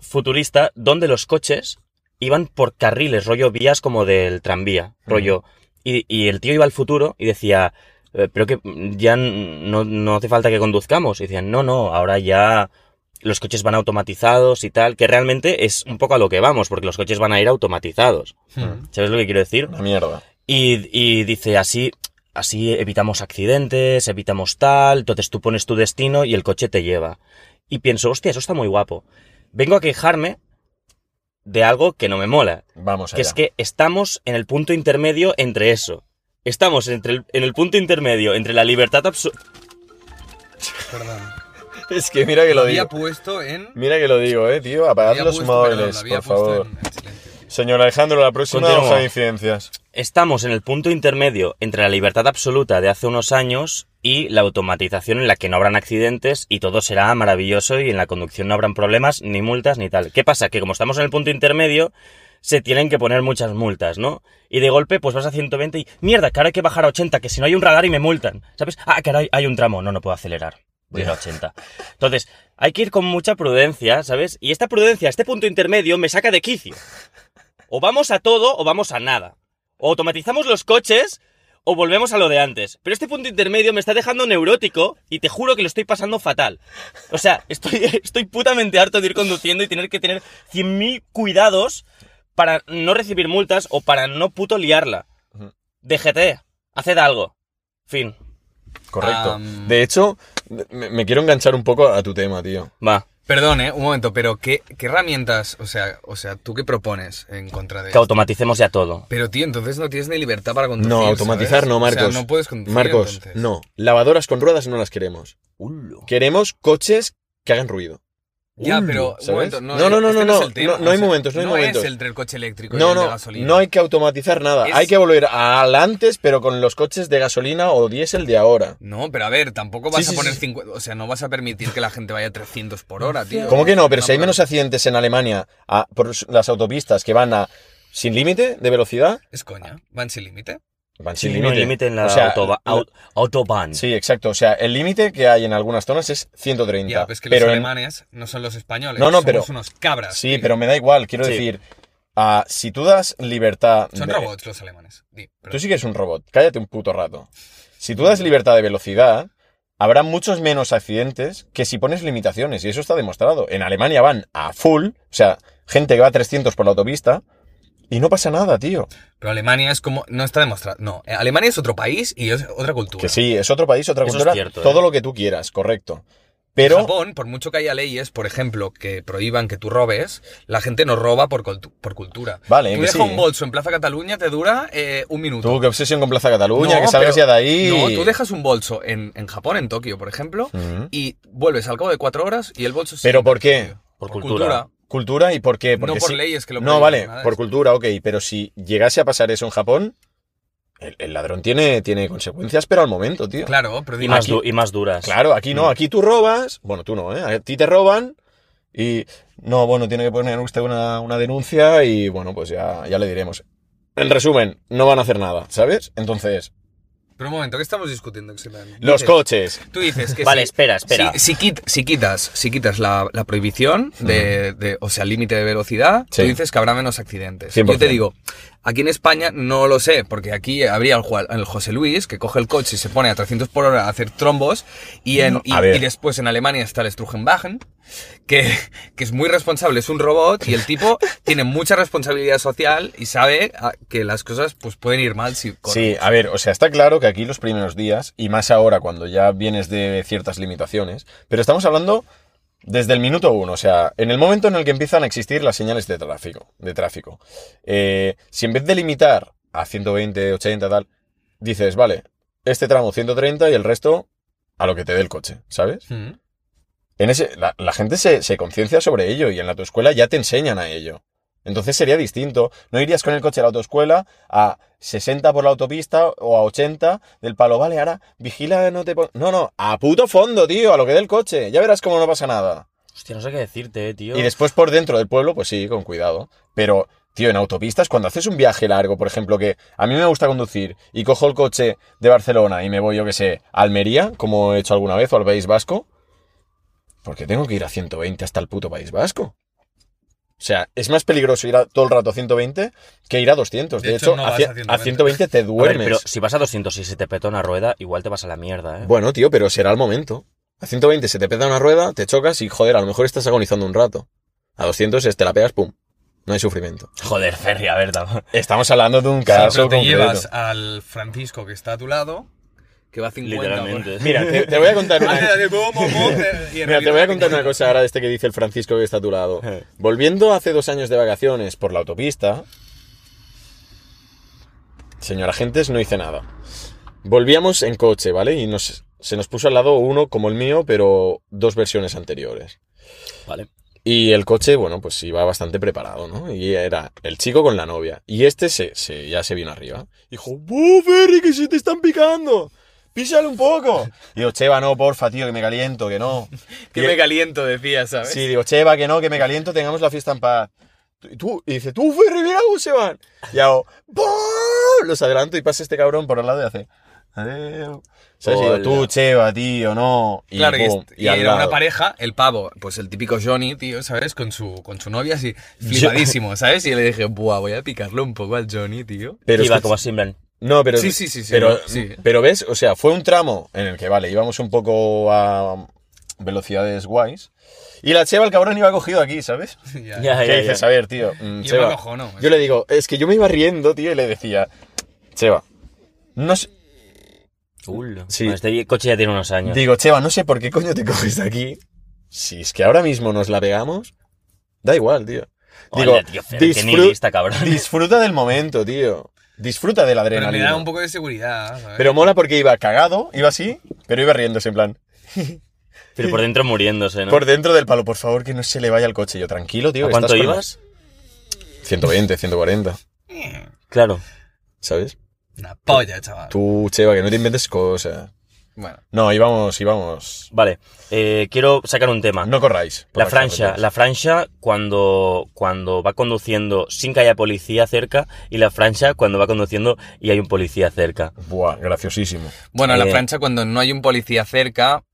S2: futurista donde los coches iban por carriles, rollo vías como del tranvía, rollo. Y, y el tío iba al futuro y decía, "Eh, pero que ya n- no, no hace falta que conduzcamos. Y decían, no, no, ahora ya los coches van automatizados y tal, que realmente es un poco a lo que vamos, porque los coches van a ir automatizados.
S1: Mm.
S2: ¿Sabes lo que quiero decir?
S1: Una mierda.
S2: Y, y dice así, así evitamos accidentes, evitamos tal, entonces tú pones tu destino y el coche te lleva. Y pienso, hostia, eso está muy guapo. Vengo a quejarme de algo que no me mola,
S1: Vamos allá.
S2: que es que estamos en el punto intermedio entre eso. Estamos entre el- en el punto intermedio entre la libertad absoluta.
S3: Perdón.
S1: Es que mira que lo
S3: había
S1: digo.
S3: puesto en.
S1: Mira que lo digo, eh, tío. Apagad
S3: había
S1: los
S3: puesto- perdón, lo
S1: móviles,
S3: había
S1: por
S3: puesto
S1: favor.
S3: en- en silencio.
S1: Señor Alejandro, la próxima
S2: Continúa.
S1: hoja de incidencias.
S2: Estamos en el punto intermedio entre la libertad absoluta de hace unos años y la automatización en la que no habrán accidentes y todo será maravilloso y en la conducción no habrán problemas, ni multas, ni tal. ¿Qué pasa? Que como estamos en el punto intermedio, se tienen que poner muchas multas, ¿no? Y de golpe, pues vas a 120 y mierda, que ahora hay que bajar a 80, que si no hay un radar y me multan. ¿Sabes? Ah, que ahora hay, hay un tramo, no, no puedo acelerar. Voy a ir a 80. Entonces, hay que ir con mucha prudencia, ¿sabes? Y esta prudencia, este punto intermedio, me saca de quicio. O vamos a todo o vamos a nada. O automatizamos los coches o volvemos a lo de antes. Pero este punto intermedio me está dejando neurótico y te juro que lo estoy pasando fatal. O sea, estoy, estoy putamente harto de ir conduciendo y tener que tener 100.000 cuidados para no recibir multas o para no puto liarla.
S1: Ujú.
S2: DGT, E, haced algo. Fin.
S1: Correcto.
S3: Am.
S1: De hecho, me, me quiero enganchar un poco a tu tema, tío.
S2: Va.
S3: Perdón, eh, un momento, pero ¿qué, qué herramientas, o sea, o sea, tú qué propones en contra de
S2: Que automaticemos ya todo.
S3: Pero tío, entonces no tienes ni libertad para conducir.
S1: No, automatizar
S3: ¿sabes?
S1: no, Marcos.
S3: O sea, no puedes conducir.
S1: Marcos,
S3: entonces.
S1: no. Lavadoras con ruedas no las queremos. Queremos coches que hagan ruido.
S3: Ya,
S1: Uy,
S3: pero
S1: ¿sabes?
S3: un momento, no,
S1: No, no, no,
S3: este
S1: no,
S3: es
S1: no,
S3: el tema,
S1: no, no hay
S3: o sea,
S1: momentos, no hay momentos.
S3: es el del coche eléctrico y
S1: No,
S3: el de
S1: no,
S3: gasolina.
S1: no hay que automatizar nada.
S3: Es-
S1: Hay que volver al antes, pero con los coches de gasolina o diésel de ahora.
S3: No, pero a ver, tampoco
S1: Sí,
S3: vas
S1: sí,
S3: a poner
S1: sí.
S3: 50, o sea, no vas a permitir que la gente vaya a 300 por hora, tío.
S1: ¿Cómo que no? Pero si hay
S3: Vamos a
S1: menos
S3: ver.
S1: accidentes en Alemania a- por las autopistas que van a sin límite de velocidad,
S3: Es coña, van sin límite.
S1: van
S2: Sí,
S1: sin
S2: no
S1: límite.
S2: hay límite en la
S1: O sea,
S2: autoba-
S1: la-
S2: au- autobahn.
S1: Sí, exacto. O sea, el límite que hay en algunas zonas es 130.
S3: Ya, pues que
S1: pero
S3: los
S1: en-
S3: alemanes no son los españoles,
S1: No, no,
S3: somos
S1: pero-
S3: unos cabras.
S1: Sí,
S3: tío.
S1: pero me da igual. Quiero
S2: Sí.
S1: decir, ah, si tú das libertad...
S3: son
S1: de-
S3: robots los alemanes. Di, perdón.
S1: Tú sí que eres un robot. Cállate un puto rato. Si tú das libertad de velocidad, habrá muchos menos accidentes que si pones limitaciones. Y eso está demostrado. En Alemania van a full, o sea, gente que va a 300 por la autopista y no pasa nada, tío.
S3: Pero Alemania es como. No está demostrado. No, eh, Alemania es otro país y es otra cultura.
S1: Que sí, es otro país, otra
S2: Eso es
S1: cultura,
S2: cierto,
S1: todo
S2: ¿eh?
S1: lo que tú quieras, correcto. Pero.
S3: En Japón, por mucho que haya leyes, por ejemplo, que prohíban que tú robes, la gente no roba por, cultu- por cultura.
S1: Vale,
S3: tú
S1: que
S3: dejas
S1: sí.
S3: un bolso en Plaza Cataluña, te dura eh, un minuto.
S1: Tú, qué obsesión con Plaza Cataluña,
S3: No,
S1: que salgas
S3: pero-
S1: ya de ahí.
S3: No,
S1: y-
S3: tú dejas un bolso en, en Japón, en Tokio, por ejemplo,
S1: Ujú.
S3: y vuelves al cabo de cuatro horas y el bolso sigue
S1: ¿Pero por
S3: en
S1: qué?
S3: Tokio.
S2: Por cultura.
S1: ¿Cultura y por qué?
S3: No
S1: Porque
S3: por
S1: si-
S3: leyes que lo
S1: No,
S3: prohíben,
S1: vale,
S3: nada de
S1: por
S3: esto.
S1: cultura, ok, pero si llegase a pasar eso en Japón, el, el ladrón tiene, tiene consecuencias, pero al momento, tío.
S3: Claro, pero
S2: Y
S3: digo,
S2: más,
S3: aquí-
S2: du- y más duras.
S1: Claro, aquí no, aquí tú robas, bueno, tú no, ¿eh? A ti te roban y no, bueno, tiene que poner usted una, una denuncia y bueno, pues ya, ya le diremos. En resumen, no van a hacer nada, ¿sabes? Entonces,
S3: Pero un momento, ¿qué estamos discutiendo exactamente?
S1: los
S3: Dices-
S1: coches.
S3: Tú dices que
S2: Vale,
S3: si-
S2: espera, espera.
S3: Si, si quit- si quitas, si quitas la, la prohibición de, de- o sea, límite de velocidad,
S1: Sí.
S3: tú dices que habrá menos accidentes.
S1: 100%.
S3: Yo te digo, aquí en España no lo sé, porque aquí habría el, Juan- el José Luis que coge el coche y se pone a 300 por hora a hacer trombos y, en, y,
S1: Mm, A ver.
S3: y después en Alemania está el Strugenwagen. Que, que es muy responsable, es un robot y el tipo tiene mucha responsabilidad social y sabe ah, que las cosas pues pueden ir mal si corre.
S1: Sí, a ver, o sea, está claro que aquí los primeros días, y más ahora cuando ya vienes de ciertas limitaciones, pero estamos hablando desde el minuto uno, o sea, en el momento en el que empiezan a existir las señales de tráfico. De tráfico. Eh, si en vez de limitar a 120, 80, tal, dices, vale, este tramo 130 y el resto a lo que te dé el coche, ¿sabes?
S3: Mm.
S1: En ese, la, la gente se, se conciencia sobre ello y en la autoescuela ya te enseñan a ello. Entonces sería distinto. No irías con el coche a la autoescuela a 60 por la autopista o a 80 del palo, vale, ahora vigila, no te pon-". No, no, a puto fondo, tío, a lo que dé el coche. Ya verás cómo no pasa nada.
S2: Hostia, no sé qué decirte, eh, tío.
S1: Y después por dentro del pueblo, pues sí, con cuidado. Pero, tío, en autopistas, cuando haces un viaje largo, por ejemplo, que a mí me gusta conducir y cojo el coche de Barcelona y me voy, yo que sé, a Almería, como he hecho alguna vez, o al País Vasco, porque tengo que ir a 120 hasta el puto País Vasco. O sea, es más peligroso ir a- todo el rato a 120 que ir a 200. De,
S3: De hecho,
S1: hecho,
S3: no
S1: a,
S3: vas
S1: cien-
S3: a
S1: a 120 te
S2: A ver,
S1: duermes.
S2: pero si vas a 200 y se te peta una rueda, igual te vas a la mierda, ¿eh?
S1: Bueno, tío, pero será el momento. A 120 se te pega una rueda, te chocas y, joder, a lo mejor estás agonizando un rato. A 200 es te la pegas, pum. No hay sufrimiento.
S2: Joder, Ferry, a ver, tam-
S1: Estamos hablando de un
S3: Sí,
S1: caso
S3: pero te
S1: concreto.
S3: llevas al Francisco que está a tu lado, que va a 50.
S2: literalmente.
S1: Mira, te, te voy a contar
S3: Hace
S1: una...
S3: de boom, boom, boom, y en
S1: Mira, te voy a
S3: realidad
S1: contar una cosa ahora de este que dice el Francisco que está a tu lado.
S2: Eh.
S1: Volviendo hace dos años de vacaciones por la autopista... Señor Agentes, no hice nada. Volvíamos en coche, ¿vale? Y nos, se nos puso al lado uno como el mío, pero dos versiones anteriores.
S2: Vale.
S1: Y el coche, bueno, pues iba bastante preparado, ¿no? Y era el chico con la novia. Y este se, se- ya se vino arriba. Dijo, ¡buh, Ferry, que se te están picando! ¡Písale un poco! Y digo, Cheva, no, porfa, tío, que me caliento, que no.
S3: Que
S1: Y-
S3: me caliento, decía, ¿sabes?
S1: Sí, digo, Cheva, que no, que me caliento, tengamos la fiesta en paz. Y, tú, y dice, tú, Ferry, mira cómo se van. Y hago, ¡buh! los adelanto y pasa este cabrón por al lado y hace, "Adeu". ¿Sabes? Y digo,
S2: Hola.
S1: tú, Cheva, tío, no. Y,
S3: Claro, y,
S1: pum,
S3: est-
S1: y
S3: y
S1: al
S3: era una
S1: lado.
S3: pareja, el pavo, pues el típico Johnny, tío, ¿sabes? Con su, con su novia así, flipadísimo, ¿sabes? Y le dije, buah, voy a picarle un poco al Johnny, tío.
S1: Pero
S2: iba
S1: escucha-
S2: como así, en plan,
S1: No, pero.
S3: Sí, sí, sí, sí,
S1: pero,
S3: sí.
S1: pero ves, o sea, fue un tramo en el que, vale, íbamos un poco a velocidades guays. Y la Cheva, el cabrón, iba cogido aquí, ¿sabes?
S3: Ya.
S2: Ya,
S1: ¿Qué
S2: ya,
S1: dices?
S2: ya.
S1: A ver, tío. mm,
S3: Yo
S1: Cheva.
S3: me acojono,
S1: Yo le digo, es que yo me iba riendo, tío, y le decía, Cheva, no sé.
S2: Ulo.
S1: Sí.
S2: Bueno, Este coche ya tiene unos años.
S1: Digo, Cheva, no sé por qué coño te coges de aquí. Si es que ahora mismo nos la pegamos, da igual, tío.
S2: Ole,
S1: Digo,
S2: tío, Fer, qué
S1: disfru-
S2: nihilista, cabrón.
S1: disfruta del momento, tío. Disfruta de la
S3: Pero
S1: adrenalina.
S3: me da un poco de seguridad, ¿sabes?
S1: Pero mola porque iba cagado, iba así, pero iba riéndose en plan.
S2: Pero por dentro muriéndose, ¿no?
S1: Por dentro del palo, por favor, que no se le vaya el coche. Yo, tranquilo, tío.
S2: ¿A
S1: que
S2: cuánto
S1: estás con-
S2: ibas?
S1: 120, 140,
S2: Claro.
S1: ¿sabes?
S3: Una polla, chaval.
S1: Tú, Cheva, que no te inventes cosas.
S3: Bueno,
S1: No, íbamos, íbamos.
S2: Vale. eh, quiero sacar un tema.
S1: No corráis. por
S2: La franja,
S1: carreteras.
S2: la franja cuando, cuando va conduciendo sin que haya policía cerca y la franja cuando va conduciendo y hay un policía cerca.
S1: Buah, graciosísimo.
S3: bueno la
S2: Eh.
S3: plancha cuando no hay un policía cerca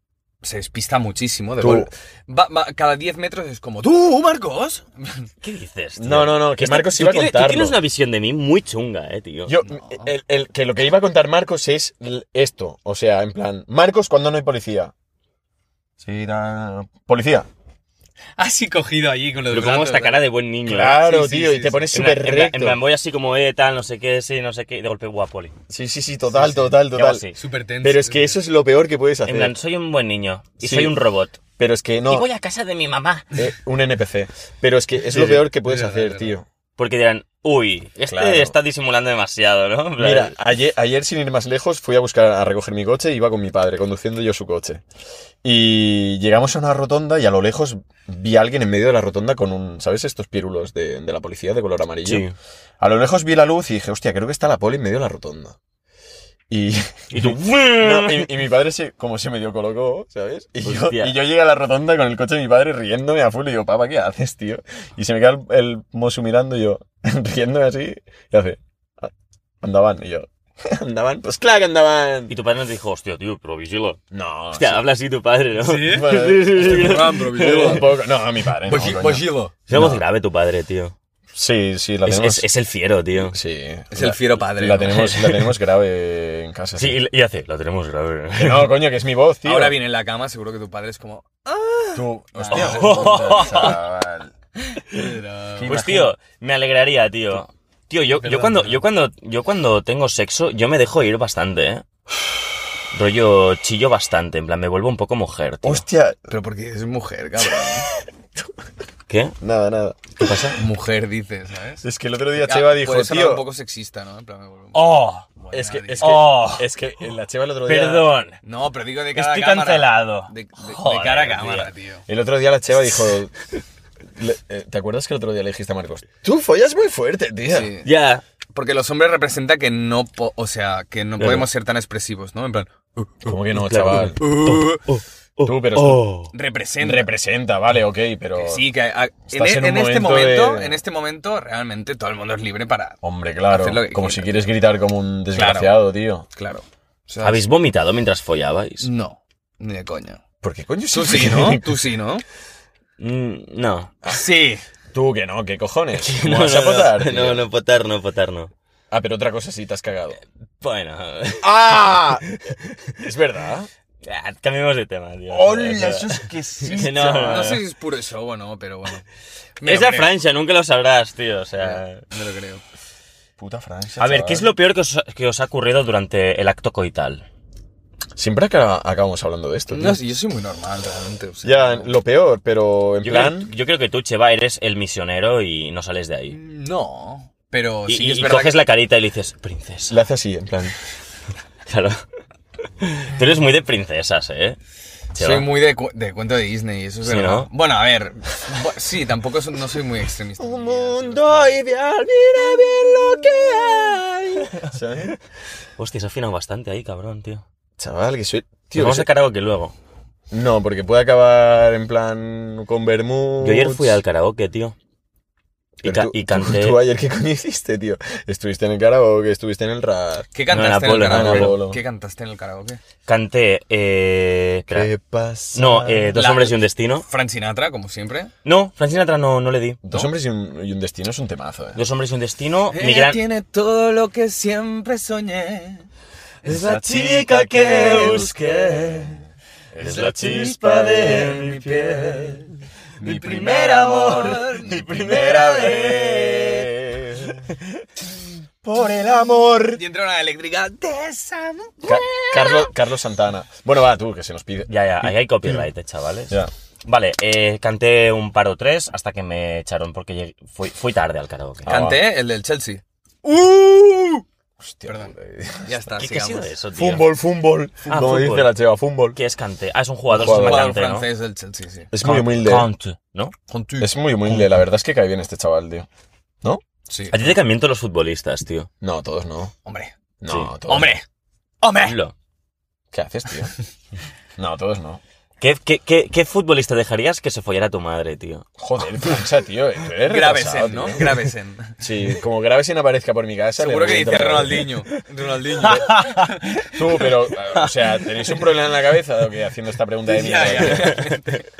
S3: se despista muchísimo. De
S1: Tú.
S3: gol- Va- va- cada 10 metros es como, ¡tú, Marcos!
S2: ¿Qué dices? tío?
S1: No, no, no, que
S2: Este-
S1: Marcos
S2: tú
S1: iba a
S2: tienes-
S1: contarlo.
S2: Tú tienes una visión de mí muy chunga, eh, tío.
S1: Yo, el, el- que lo que iba a contar Marcos es l- esto. O sea, en plan, Marcos cuando no hay policía. Sí, da- policía.
S3: Así cogido allí con los
S2: Pero como
S3: brazos,
S2: esta
S3: ¿sabes?
S2: cara de buen niño. ¿eh?
S1: Claro,
S3: Sí, sí,
S1: tío,
S3: sí,
S1: y te
S3: sí.
S1: pones
S2: En plan-
S1: súper
S2: en plan- En
S1: recto.
S2: plan, voy así como, eh, tal, no sé qué, sí, no sé qué, y de golpe, guapoli.
S1: Sí, sí, sí, total, total,
S2: Yo hago
S1: total.
S2: así.
S3: Súper tenso.
S1: Pero es que
S3: tío.
S1: eso es lo peor que puedes hacer.
S2: En plan, soy un buen niño y
S1: Sí.
S2: soy un robot.
S1: Pero es que
S2: Y
S1: no.
S2: voy a casa de mi mamá.
S1: eh, un NPC. Pero es que es lo
S3: Sí, sí.
S1: peor que puedes
S3: Verdad,
S1: hacer,
S3: verdad.
S1: tío.
S2: Porque dirán, uy, este
S1: Claro.
S2: está disimulando demasiado, ¿no? En plan,
S1: Mira, ayer, ayer sin ir más lejos fui a buscar a recoger mi coche y iba con mi padre, conduciendo yo su coche. Y llegamos a una rotonda y a lo lejos vi a alguien en medio de la rotonda con un, ¿sabes? Estos pirulos de, de la policía de color amarillo.
S2: Sí.
S1: A lo lejos vi la luz y dije, hostia, creo que está la poli en medio de la rotonda. Y,
S2: Y tú,
S1: no, y, y mi padre se, como se medio colocó, ¿sabes? Y yo,
S2: Hostia.
S1: y yo llegué a la rotonda con el coche de mi padre riéndome a full y digo, papá, ¿qué haces, tío? Y se me queda el, el mosu mirando y yo, riéndome así, y hace, "Ah, andaban, y yo, andaban, pues claro que andaban.
S2: Y tu padre nos dijo, hostia, tío, pero vigila.
S1: No,
S2: Hostia,
S1: Ah, sí.
S2: habla así tu padre, ¿no?
S3: ¿Sí? Pues
S1: Bueno,
S2: sí, sí, Pues sí.
S1: un poco, no, a mi padre. no, coño.
S2: Es la voz grave tu padre, tío.
S1: Sí, sí, la
S2: Es,
S1: tenemos.
S2: es- es el fiero, tío.
S1: sí,
S3: Es
S1: la-
S3: el fiero padre.
S1: La
S3: ¿no?
S1: tenemos, la tenemos grave en casa.
S2: Sí, y, y hace, la tenemos grave.
S1: Que No, coño, que es mi voz, tío.
S3: Ahora viene en la cama, seguro que tu padre es como.
S1: Tú, hostia,
S3: hostia,
S1: chaval.
S2: Pues tío, me alegraría, tío. Tío, yo, yo
S3: Perdón,
S2: cuando,
S3: perdón.
S2: yo cuando, yo cuando tengo sexo, yo me dejo ir bastante, eh. Rollo chillo bastante, en plan, me vuelvo un poco mujer, tío.
S1: Hostia,
S3: Pero porque es mujer, cabrón.
S2: ¿Qué?
S1: nada, nada.
S2: ¿Qué pasa?
S3: mujer dices, ¿sabes?
S1: Es que el otro día
S3: Ya,
S1: Cheva dijo,
S3: Ah, puede sonar
S1: tío.
S3: un poco sexista, ¿no? En plan, me vuelvo un-
S2: ¡Oh!
S3: Bueno,
S1: Es que, es que,
S3: digo-
S2: Oh.
S1: es que la Cheva el otro día.
S2: Perdón.
S3: No, pero digo de cara
S2: Estoy
S3: a cámara.
S2: cancelado.
S3: De, de- de
S2: Joder,
S3: cara a
S2: tío.
S3: cámara, tío.
S1: El otro día la Cheva dijo. le- eh, ¿Te acuerdas que el otro día le dijiste a Marcos? Tú follas muy fuerte, tío.
S3: Sí.
S2: Ya.
S3: Porque los hombres representa que no, po- o sea, que no
S2: Claro.
S3: podemos ser tan expresivos, ¿no? En plan, uh,
S1: ¿Cómo que no,
S2: Claro.
S1: chaval?
S3: uh,
S1: Tú, pero-
S2: Oh.
S3: representa.
S1: Representa, vale, ok, pero.
S3: Que sí, que a- en,
S1: Estás en
S3: en
S1: un
S3: este
S1: momento
S3: momento,
S1: de-
S3: en este momento, realmente todo el mundo es libre para,
S1: Hombre, claro.
S3: Hacer lo que
S1: Como
S3: quieras.
S1: si quieres gritar como un desgraciado, tío.
S3: claro. O sea,
S2: ¿Habéis vomitado mientras follabais?
S3: No, ni de coña.
S1: ¿Por qué coño
S3: Tú sí, ¿no? Tú sí, ¿no?
S2: Mm, no.
S3: Sí.
S1: Tú que no, ¿qué cojones?
S2: No,
S1: ¿Cómo vas a potar,
S2: no,
S1: tío?
S2: no, no, potar no, potar no.
S1: Ah, pero otra cosa sí, te has cagado.
S2: Bueno,
S1: ¡Ah! es verdad.
S2: ah, cambiemos de tema, tío.
S1: es que sí.
S2: No, no,
S3: No
S2: no.
S3: sé si es puro show o no, pero bueno. Me
S2: Es
S3: lo
S2: la
S3: creo.
S2: Francia, nunca lo sabrás, tío, o sea...
S3: Me lo creo.
S1: Puta Francia.
S2: A ver, ¿qué es lo peor que os, que os ha ocurrido durante el acto coital?
S1: Siempre acá- acabamos hablando de esto. tío.
S3: No, sí, yo soy muy normal, realmente. o sea,
S1: Ya,
S3: no-
S1: lo peor, pero en
S2: Yo creo,
S1: plan.
S2: yo creo que tú, Cheva, eres el misionero y no sales de ahí.
S3: No, pero
S2: Y,
S3: Pues sí
S2: y-
S3: es
S2: y
S3: verdad.
S2: coges
S3: que-
S2: la carita y le dices, princesa.
S1: La hace así, en plan.
S2: Claro. Tú eres muy de princesas, ¿eh? Cheva.
S3: Soy muy de, cu- de cuento de Disney, eso es
S2: Sí,
S3: verdad.
S2: ¿no?
S3: Bueno, a ver. bu- Sí, tampoco so- no soy muy extremista.
S1: ideal, mira bien lo que hay. ¿Sabes?
S2: Hostia, se ha afinado bastante ahí, cabrón, tío.
S1: Chaval, que soy.
S2: Tío,
S1: Tío,
S2: Vamos
S1: que
S2: a karaoke luego.
S1: soy- No, porque puede acabar en plan con Bermud.
S2: Yo ayer fui al karaoke, tío. Y,
S1: Pero
S2: ca-
S1: tú-
S2: y
S1: ¿Tú,
S2: canté...
S1: tú ayer qué coño hiciste, tío? Estuviste en el karaoke, estuviste en el rap.
S3: ¿Qué
S2: No,
S3: cantaste
S2: en Apolo,
S3: en el
S1: no, en
S3: karaoke?
S1: Apolo.
S3: ¿Qué cantaste en el karaoke?
S2: Canté... Eh, espera.
S1: ¿Qué pasa?
S2: No, eh, Dos
S3: La-
S2: hombres y un destino.
S3: Frank Sinatra, como siempre.
S2: No, Francina Sinatra no, no le di.
S1: Dos hombres y un, y un destino es un temazo, eh.
S2: Dos hombres y un destino. Mi
S3: Ella
S2: gran...
S3: tiene todo lo que siempre soñé.
S1: Es
S3: la chica que busqué,
S1: es
S2: la
S3: chispa de mi piel, mi primer amor, mi primera vez.
S1: Por el amor.
S3: Y entra una eléctrica de esa mujer.
S1: Carlos, Carlos Santana. Bueno, va, tú, que se nos pide.
S2: Ya, ya, ahí hay copyright, eh, chavales.
S1: Ya.
S2: Vale, eh, canté un par o tres hasta que me echaron porque llegué- fui, fui tarde al karaoke.
S1: Ah,
S3: Canté el del Chelsea. ¡Uh!
S1: Hostia,
S3: Perdón.
S1: puta.
S3: Ya está,
S2: ¿Qué, qué ha sido
S3: sigamos.
S2: eso, tío?
S1: Fútbol, fútbol.
S2: Ah,
S1: Como
S2: fútbol.
S1: dice la cheva, fútbol.
S2: ¿Qué es canté? Ah, es un jugador,
S1: Un
S2: se llama
S1: jugador
S3: Jugador
S2: canté, ¿no?
S3: francés del Chelsea, sí.
S1: Es muy
S2: Can-
S1: humilde.
S2: Canté, ¿no?
S3: Con tu.
S1: Es muy humilde, la verdad es que cae bien este chaval, tío. ¿No?
S3: Sí.
S2: A ti te cambian todos los futbolistas, tío.
S1: No, todos no.
S3: Hombre.
S1: No,
S2: Sí.
S1: todos. no.
S3: Hombre. Hombre.
S2: Pablo,
S1: ¿Qué haces, tío? No, todos no.
S2: ¿Qué, qué, qué, qué futbolista dejarías que se follara tu madre, tío?
S1: Joder, Francia, tío. eh, tú eres retrasado,
S3: Gravesen, ¿no?
S1: tío.
S3: Gravesen.
S1: Sí, como Gravesen aparezca por mi casa. le
S3: Seguro que
S1: reviento
S3: dice
S1: la cabeza.
S3: Ronaldinho. Ronaldinho.
S1: Tú, pero, o sea, ¿tenéis un problema en la cabeza o qué? Haciendo esta pregunta de mí.
S3: Ya, ya.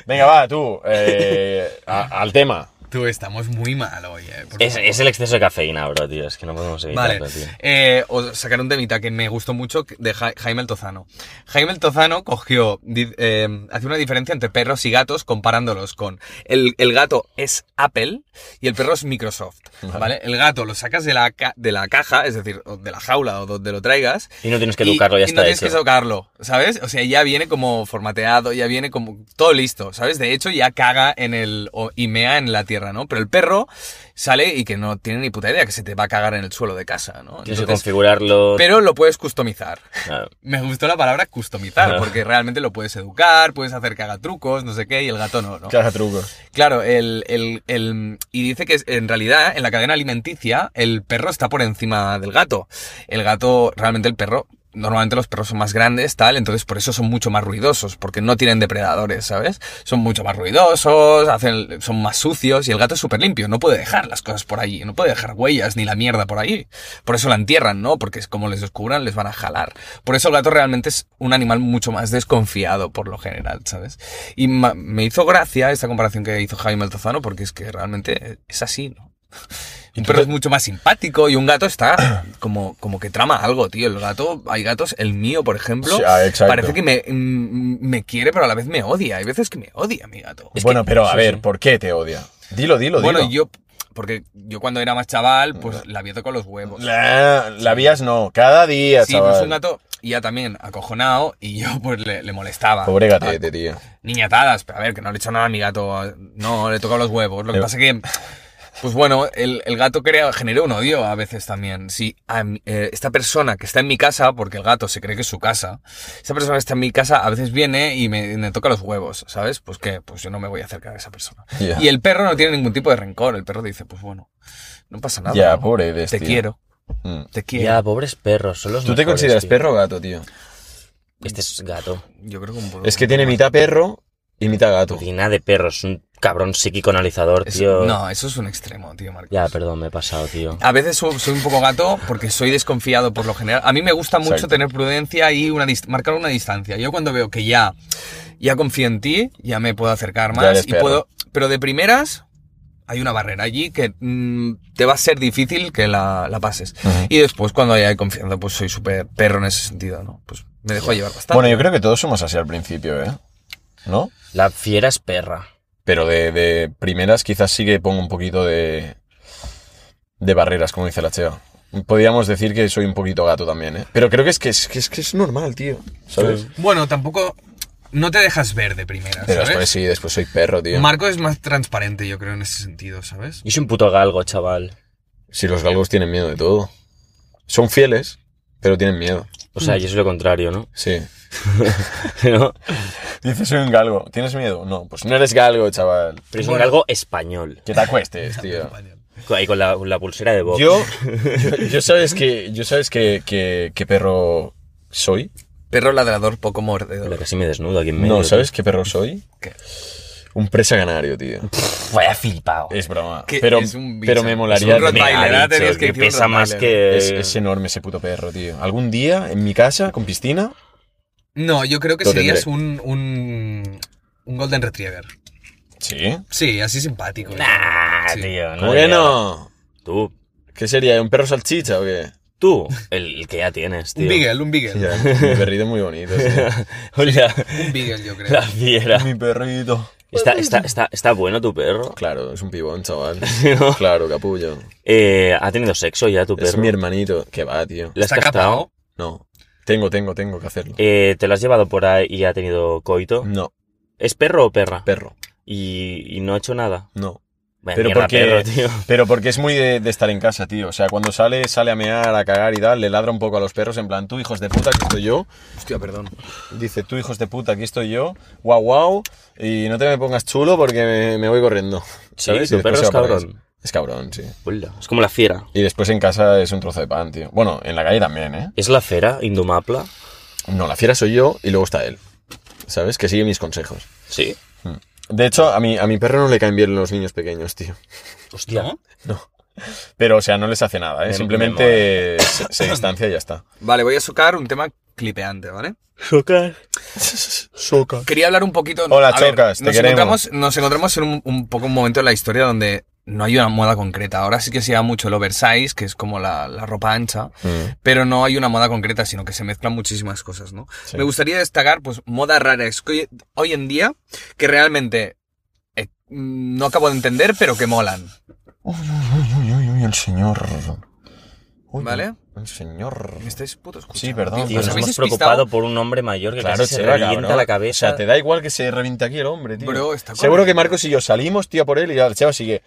S1: Venga, va, tú, eh, a- al tema.
S3: Tú, estamos muy mal hoy, eh. Por
S2: Es,
S3: favor.
S2: es el exceso de cafeína, bro, tío. Es que no podemos evitarlo,
S3: Vale,
S2: tío.
S3: eh, os sacaré un temita que me gustó mucho que- de Ja- Jaime el Tozano. Jaime el Tozano cogió, di- eh, hace una diferencia entre perros y gatos comparándolos con el, el gato es Apple y el perro es Microsoft, ¿vale? El gato lo sacas de la, ca- de la caja, es decir, o de la jaula o donde lo traigas,
S2: Y no tienes que
S3: y-
S2: educarlo, ya
S3: y
S2: está
S3: no tienes
S2: hecho.
S3: que tocarlo, ¿sabes? O sea, ya viene como formateado, ya viene como todo listo, ¿sabes? De hecho, ya caga en el o- y mea en la tierra, ¿no? Pero el perro sale y que no tiene ni puta idea que se te va a cagar en el suelo de casa, ¿no?
S2: Tienes que
S3: Entonces,
S2: configurarlo. Ah.
S3: pero lo puedes customizar.
S2: Claro.
S3: Me gustó la palabra customizar,
S2: Claro.
S3: porque realmente lo puedes educar, puedes hacer que haga trucos, no sé qué, y el gato no, ¿no?
S1: Caja trucos.
S3: Claro, el, el- el- y dice que es- en realidad en la cadena alimenticia el perro está por encima del gato. El gato, realmente el perro, normalmente los perros son más grandes, tal, entonces por eso son mucho más ruidosos, porque no tienen depredadores, ¿sabes? Son mucho más ruidosos, hacen, son más sucios y el gato es súper limpio, no puede dejar las cosas por allí, no puede dejar huellas ni la mierda por allí. Por eso la entierran, ¿no? Porque es como les descubran, les van a jalar. Por eso el gato realmente es un animal mucho más desconfiado por lo general, ¿sabes? Y ma- me hizo gracia esta comparación que hizo Jaime Altozano porque es que realmente es así, ¿no? Un perro es mucho más simpático y un gato está como, como que trama algo, tío. El gato, hay gatos, el mío, por ejemplo,
S1: Sí, ah, exacto.
S3: parece que me, mm, me quiere, pero a la vez me odia. Hay veces que me odia mi gato.
S1: bueno, pero a
S2: sí,
S1: ver,
S2: sí.
S1: ¿por qué te odia? Dilo, dilo,
S3: Bueno,
S1: dilo.
S3: yo, porque yo cuando era más chaval, pues la vieto con los huevos.
S1: Mm. La, la vías no, cada día,
S3: Sí,
S1: chaval.
S3: pues un gato y ya también acojonado y yo pues le, le molestaba.
S1: Pobre
S3: Ah,
S1: gatete, tío.
S3: niñatadas, pero a ver, que no le he hecho nada a mi gato, no, le he tocado los huevos. Lo que
S1: Pero-
S3: pasa que, pues bueno, el, el gato crea, genera un odio a veces también. Si a mí- eh, esta persona que está en mi casa, porque el gato se cree que es su casa, esta persona que está en mi casa a veces viene y me, me toca los huevos, ¿sabes? Pues que, pues yo no me voy a acercar a esa persona.
S1: Ya.
S3: Y el perro no tiene ningún tipo de rencor, el perro dice, pues bueno, no pasa nada.
S1: Ya,
S3: ¿no?
S1: pobre eres,
S3: Te
S1: tío.
S3: quiero,
S1: Mm.
S3: te quiero.
S2: Ya, pobres perros. Son los
S1: ¿Tú te
S2: mejores,
S1: consideras
S2: tío.
S1: perro o gato, tío?
S2: Este es gato.
S3: Yo creo que un poco-
S1: Es que tiene mitad perro y mitad gato.
S2: Ruina de perros. Un cabrón psíquico analizador,
S3: es-
S2: tío.
S3: No, eso es un extremo, tío, Marcos.
S2: Ya, perdón, me he pasado, tío.
S3: A veces so- soy un poco gato porque soy desconfiado por lo general. A mí me gusta mucho
S1: Exacto.
S3: tener prudencia y una dist- marcar una distancia. Yo cuando veo que ya, ya confío en ti, ya me puedo acercar
S1: Ya
S3: más
S1: eres
S3: y
S1: perro.
S3: puedo. Pero de primeras hay una barrera allí que mm, te va a ser difícil que la, la pases. Y después cuando ya hay confianza, pues soy súper perro en ese sentido, ¿no? Pues me dejo llevar bastante.
S1: Bueno, yo creo que todos somos así al principio, ¿eh? ¿No?
S2: La fiera es perra.
S1: Pero de, de primeras quizás sí que pongo un poquito de, de barreras, como dice la Cheva. Podríamos decir que soy un poquito gato también, ¿eh? Pero creo que es que es, que es, que es normal, tío. ¿Sabes?
S3: Bueno, tampoco. No te dejas ver de primeras.
S1: Pero
S3: ¿sabes?
S1: después sí, después soy perro, tío.
S3: Marco es más transparente, yo creo, en ese sentido, ¿sabes?
S2: Yo soy un puto galgo, chaval.
S1: Si los galgos tienen miedo de todo. Son fieles, pero tienen miedo.
S2: O sea, yo soy lo contrario, ¿no?
S1: Sí.
S2: ¿No?
S1: Dices, soy un galgo. ¿Tienes miedo? No, pues no eres galgo, chaval.
S2: Pero es un
S3: Bueno.
S2: galgo español.
S1: Que te acuestes, tío.
S2: Ahí con la, con la pulsera de Bob.
S1: Yo, yo, yo sabes que, yo sabes que, que, que perro soy.
S3: Perro ladrador, poco mordedor.
S2: Hola, casi me desnudo aquí en medio.
S1: No, ¿sabes qué perro soy?
S3: ¿Qué?
S1: Un presa canario, tío.
S2: Pff, Vaya flipado.
S1: Es broma.
S3: Que
S1: Pero,
S3: es un bicho.
S1: pero me
S3: Es
S1: molaría.
S3: un
S2: Me
S1: Eh, me-
S3: Rottweiler,
S2: ha
S3: ¿eh? Tenías
S2: dicho que
S3: que decir un
S2: pesa más que...
S1: es, es enorme ese puto perro, tío. Algún día en mi casa, con piscina.
S3: No, yo creo que
S1: Lo
S3: serías
S1: tendré.
S3: un, un, un Golden Retriever.
S1: Sí.
S3: Sí, así simpático.
S2: Nah,
S3: Sí.
S2: tío. No
S1: ¿Cómo que
S2: tío.
S1: no?
S2: Tú.
S1: ¿Qué sería? ¿Un perro salchicha o qué?
S2: Tú. El, el que ya tienes,
S3: Un
S2: tío.
S3: Beagle, un Beagle.
S1: Ya, mi perrito es muy bonito. tío.
S2: Hola.
S3: Un Beagle, yo creo.
S2: La fiera.
S1: Mi perrito.
S2: Está,
S1: Pues
S2: está, está, está bueno tu perro.
S1: Claro, es un pibón, chaval.
S2: ¿no?
S1: Claro, capullo.
S2: Eh, ¿Ha tenido sexo ya tu perro?
S1: Es mi hermanito. Que va, tío.
S2: ¿Le has
S3: Está
S2: castrado?
S3: capao.
S1: No. Tengo, tengo, tengo que hacerlo.
S2: Eh, ¿Te lo has llevado por ahí y ha tenido coito?
S1: No,
S2: ¿Es perro o perra?
S1: perro.
S2: Y, y no ha hecho nada.
S1: No.
S2: Vaya
S1: Pero
S2: mierda,
S1: porque-
S2: perro, tío.
S1: Pero porque es muy de, de estar en casa, tío. O sea, cuando sale, sale a mear, a cagar y tal, le ladra un poco a los perros, en plan, tú hijos de puta, aquí estoy yo.
S3: Hostia, perdón.
S1: Dice, tú hijos de puta, aquí estoy yo. Guau, guau. Y no te me pongas chulo porque me, me voy corriendo. ¿Sabes?
S2: tu
S1: Y después
S2: perro
S1: se
S2: es
S1: va para
S2: cabrón.
S1: casa. Es cabrón, sí.
S2: Hola. Es como la fiera.
S1: Y después en casa es un trozo de pan, tío. Bueno, en la calle también, ¿eh?
S2: ¿Es la fiera indomable?
S1: No, la fiera soy yo y luego está él. ¿Sabes? Que sigue mis consejos.
S2: Sí.
S1: De hecho, a mi, a mi perro no le caen bien los niños pequeños, tío.
S2: Hostia.
S1: Pero, o sea, no les hace nada, ¿eh?
S2: Me-
S1: Simplemente se, se distancia y ya está.
S3: Vale, voy a socar un tema clipeante, ¿vale?
S1: Soca. Soca.
S3: Quería hablar un poquito.
S1: Hola,
S3: a ver,
S1: chocas, te
S3: nos
S1: queremos.
S3: encontramos, nos encontramos en un, un poco un momento en la historia donde no hay una moda concreta. Ahora sí que se da mucho el oversize, que es como la, la ropa ancha,
S2: Mm.
S1: Mm.
S3: pero no hay una moda concreta, sino que se mezclan muchísimas cosas, ¿no?
S1: Sí.
S3: Me gustaría destacar, pues, moda rara. Es que hoy, hoy en día, que realmente eh, mm, no acabo de entender, pero que molan,
S1: Uy, uy, uy, uy, uy, el señor. Uy,
S3: ¿vale?
S1: El señor.
S3: Me estáis puto escuchando.
S1: Sí, perdón,
S2: Tío,
S1: Nos
S2: nos
S1: habéis
S2: hemos preocupado por un hombre mayor que casi se
S1: Cheva,
S2: revienta
S1: cabrón.
S2: la cabeza.
S1: O sea, te da igual que se reviente aquí el hombre, tío.
S3: Bro, está
S1: Seguro
S3: correcto.
S1: que Marcos y yo salimos, tío, por él y el Cheva sigue.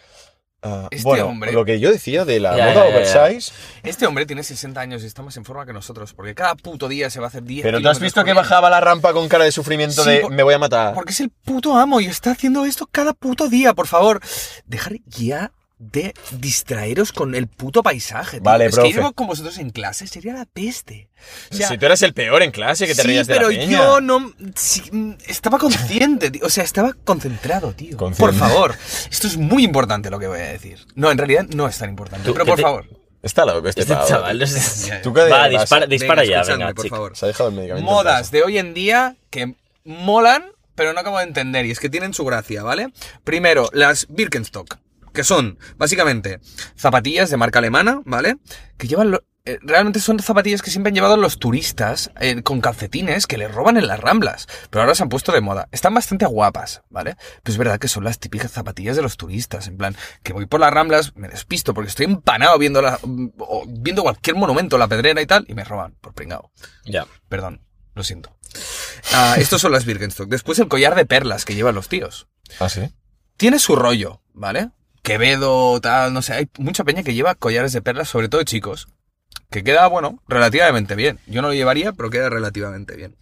S1: ah,
S3: Este
S1: bueno,
S3: hombre.
S1: lo que yo decía de la
S2: Ya,
S1: moda
S2: ya, ya, ya.
S1: oversize.
S3: Este hombre tiene 60 años y está más en forma que nosotros, porque cada puto día se va a hacer 10
S1: Pero tú has
S3: kilómetros
S1: visto que
S3: corriendo.
S1: bajaba la rampa con cara de sufrimiento
S3: Sí,
S1: de
S3: por-
S1: me voy a matar.
S3: Porque es el puto amo y está haciendo esto cada puto día, por favor. Dejar ya de distraeros con el puto paisaje. tío.
S1: Vale,
S3: es que
S1: profe.
S3: irme con vosotros en clase sería la peste. O sea,
S1: si tú eras el peor en clase, que te
S3: sí,
S1: reías de la
S3: pero
S1: peña.
S3: yo no sí, mm, estaba consciente, tío. o sea, estaba concentrado, tío.
S1: Consciente.
S3: Por favor, esto es muy importante lo que voy a decir. No, en realidad no es tan importante,
S2: Tú,
S3: pero
S2: ¿qué
S3: por
S2: te-
S3: favor.
S1: Está loco este,
S2: Este
S1: pavo,
S2: chaval.
S1: tío.
S2: es-
S1: Tú que
S2: Va,
S1: de-
S2: dispara, dispara ya,
S3: escuchadme,
S2: venga,
S3: por
S2: chico.
S3: favor.
S1: eh. Se ha dejado el medicamento. en
S3: modas
S1: casa.
S3: de hoy en día que molan, pero no acabo de entender y es que tienen su gracia, ¿vale? Primero, las Birkenstock, que son básicamente zapatillas de marca alemana, ¿vale? Que llevan lo- eh, Realmente son zapatillas que siempre han llevado los turistas eh, con calcetines que les roban en las ramblas, pero ahora se han puesto de moda. Están bastante guapas, ¿vale? Pero es verdad que son las típicas zapatillas de los turistas, en plan, que voy por las ramblas, me despisto porque estoy empanado viendo, la, o viendo cualquier monumento, la pedrera y tal, y me roban, por pringao.
S2: Ya.
S3: Perdón, lo siento. Ah, estos son las Birkenstock. Después el collar de perlas que llevan los tíos.
S1: ¿Ah, sí?
S3: Tiene su rollo, ¿vale? Quevedo, tal, no sé. Hay mucha peña que lleva collares de perlas, sobre todo chicos. Que queda, bueno, relativamente bien. Yo no lo llevaría, pero queda relativamente bien.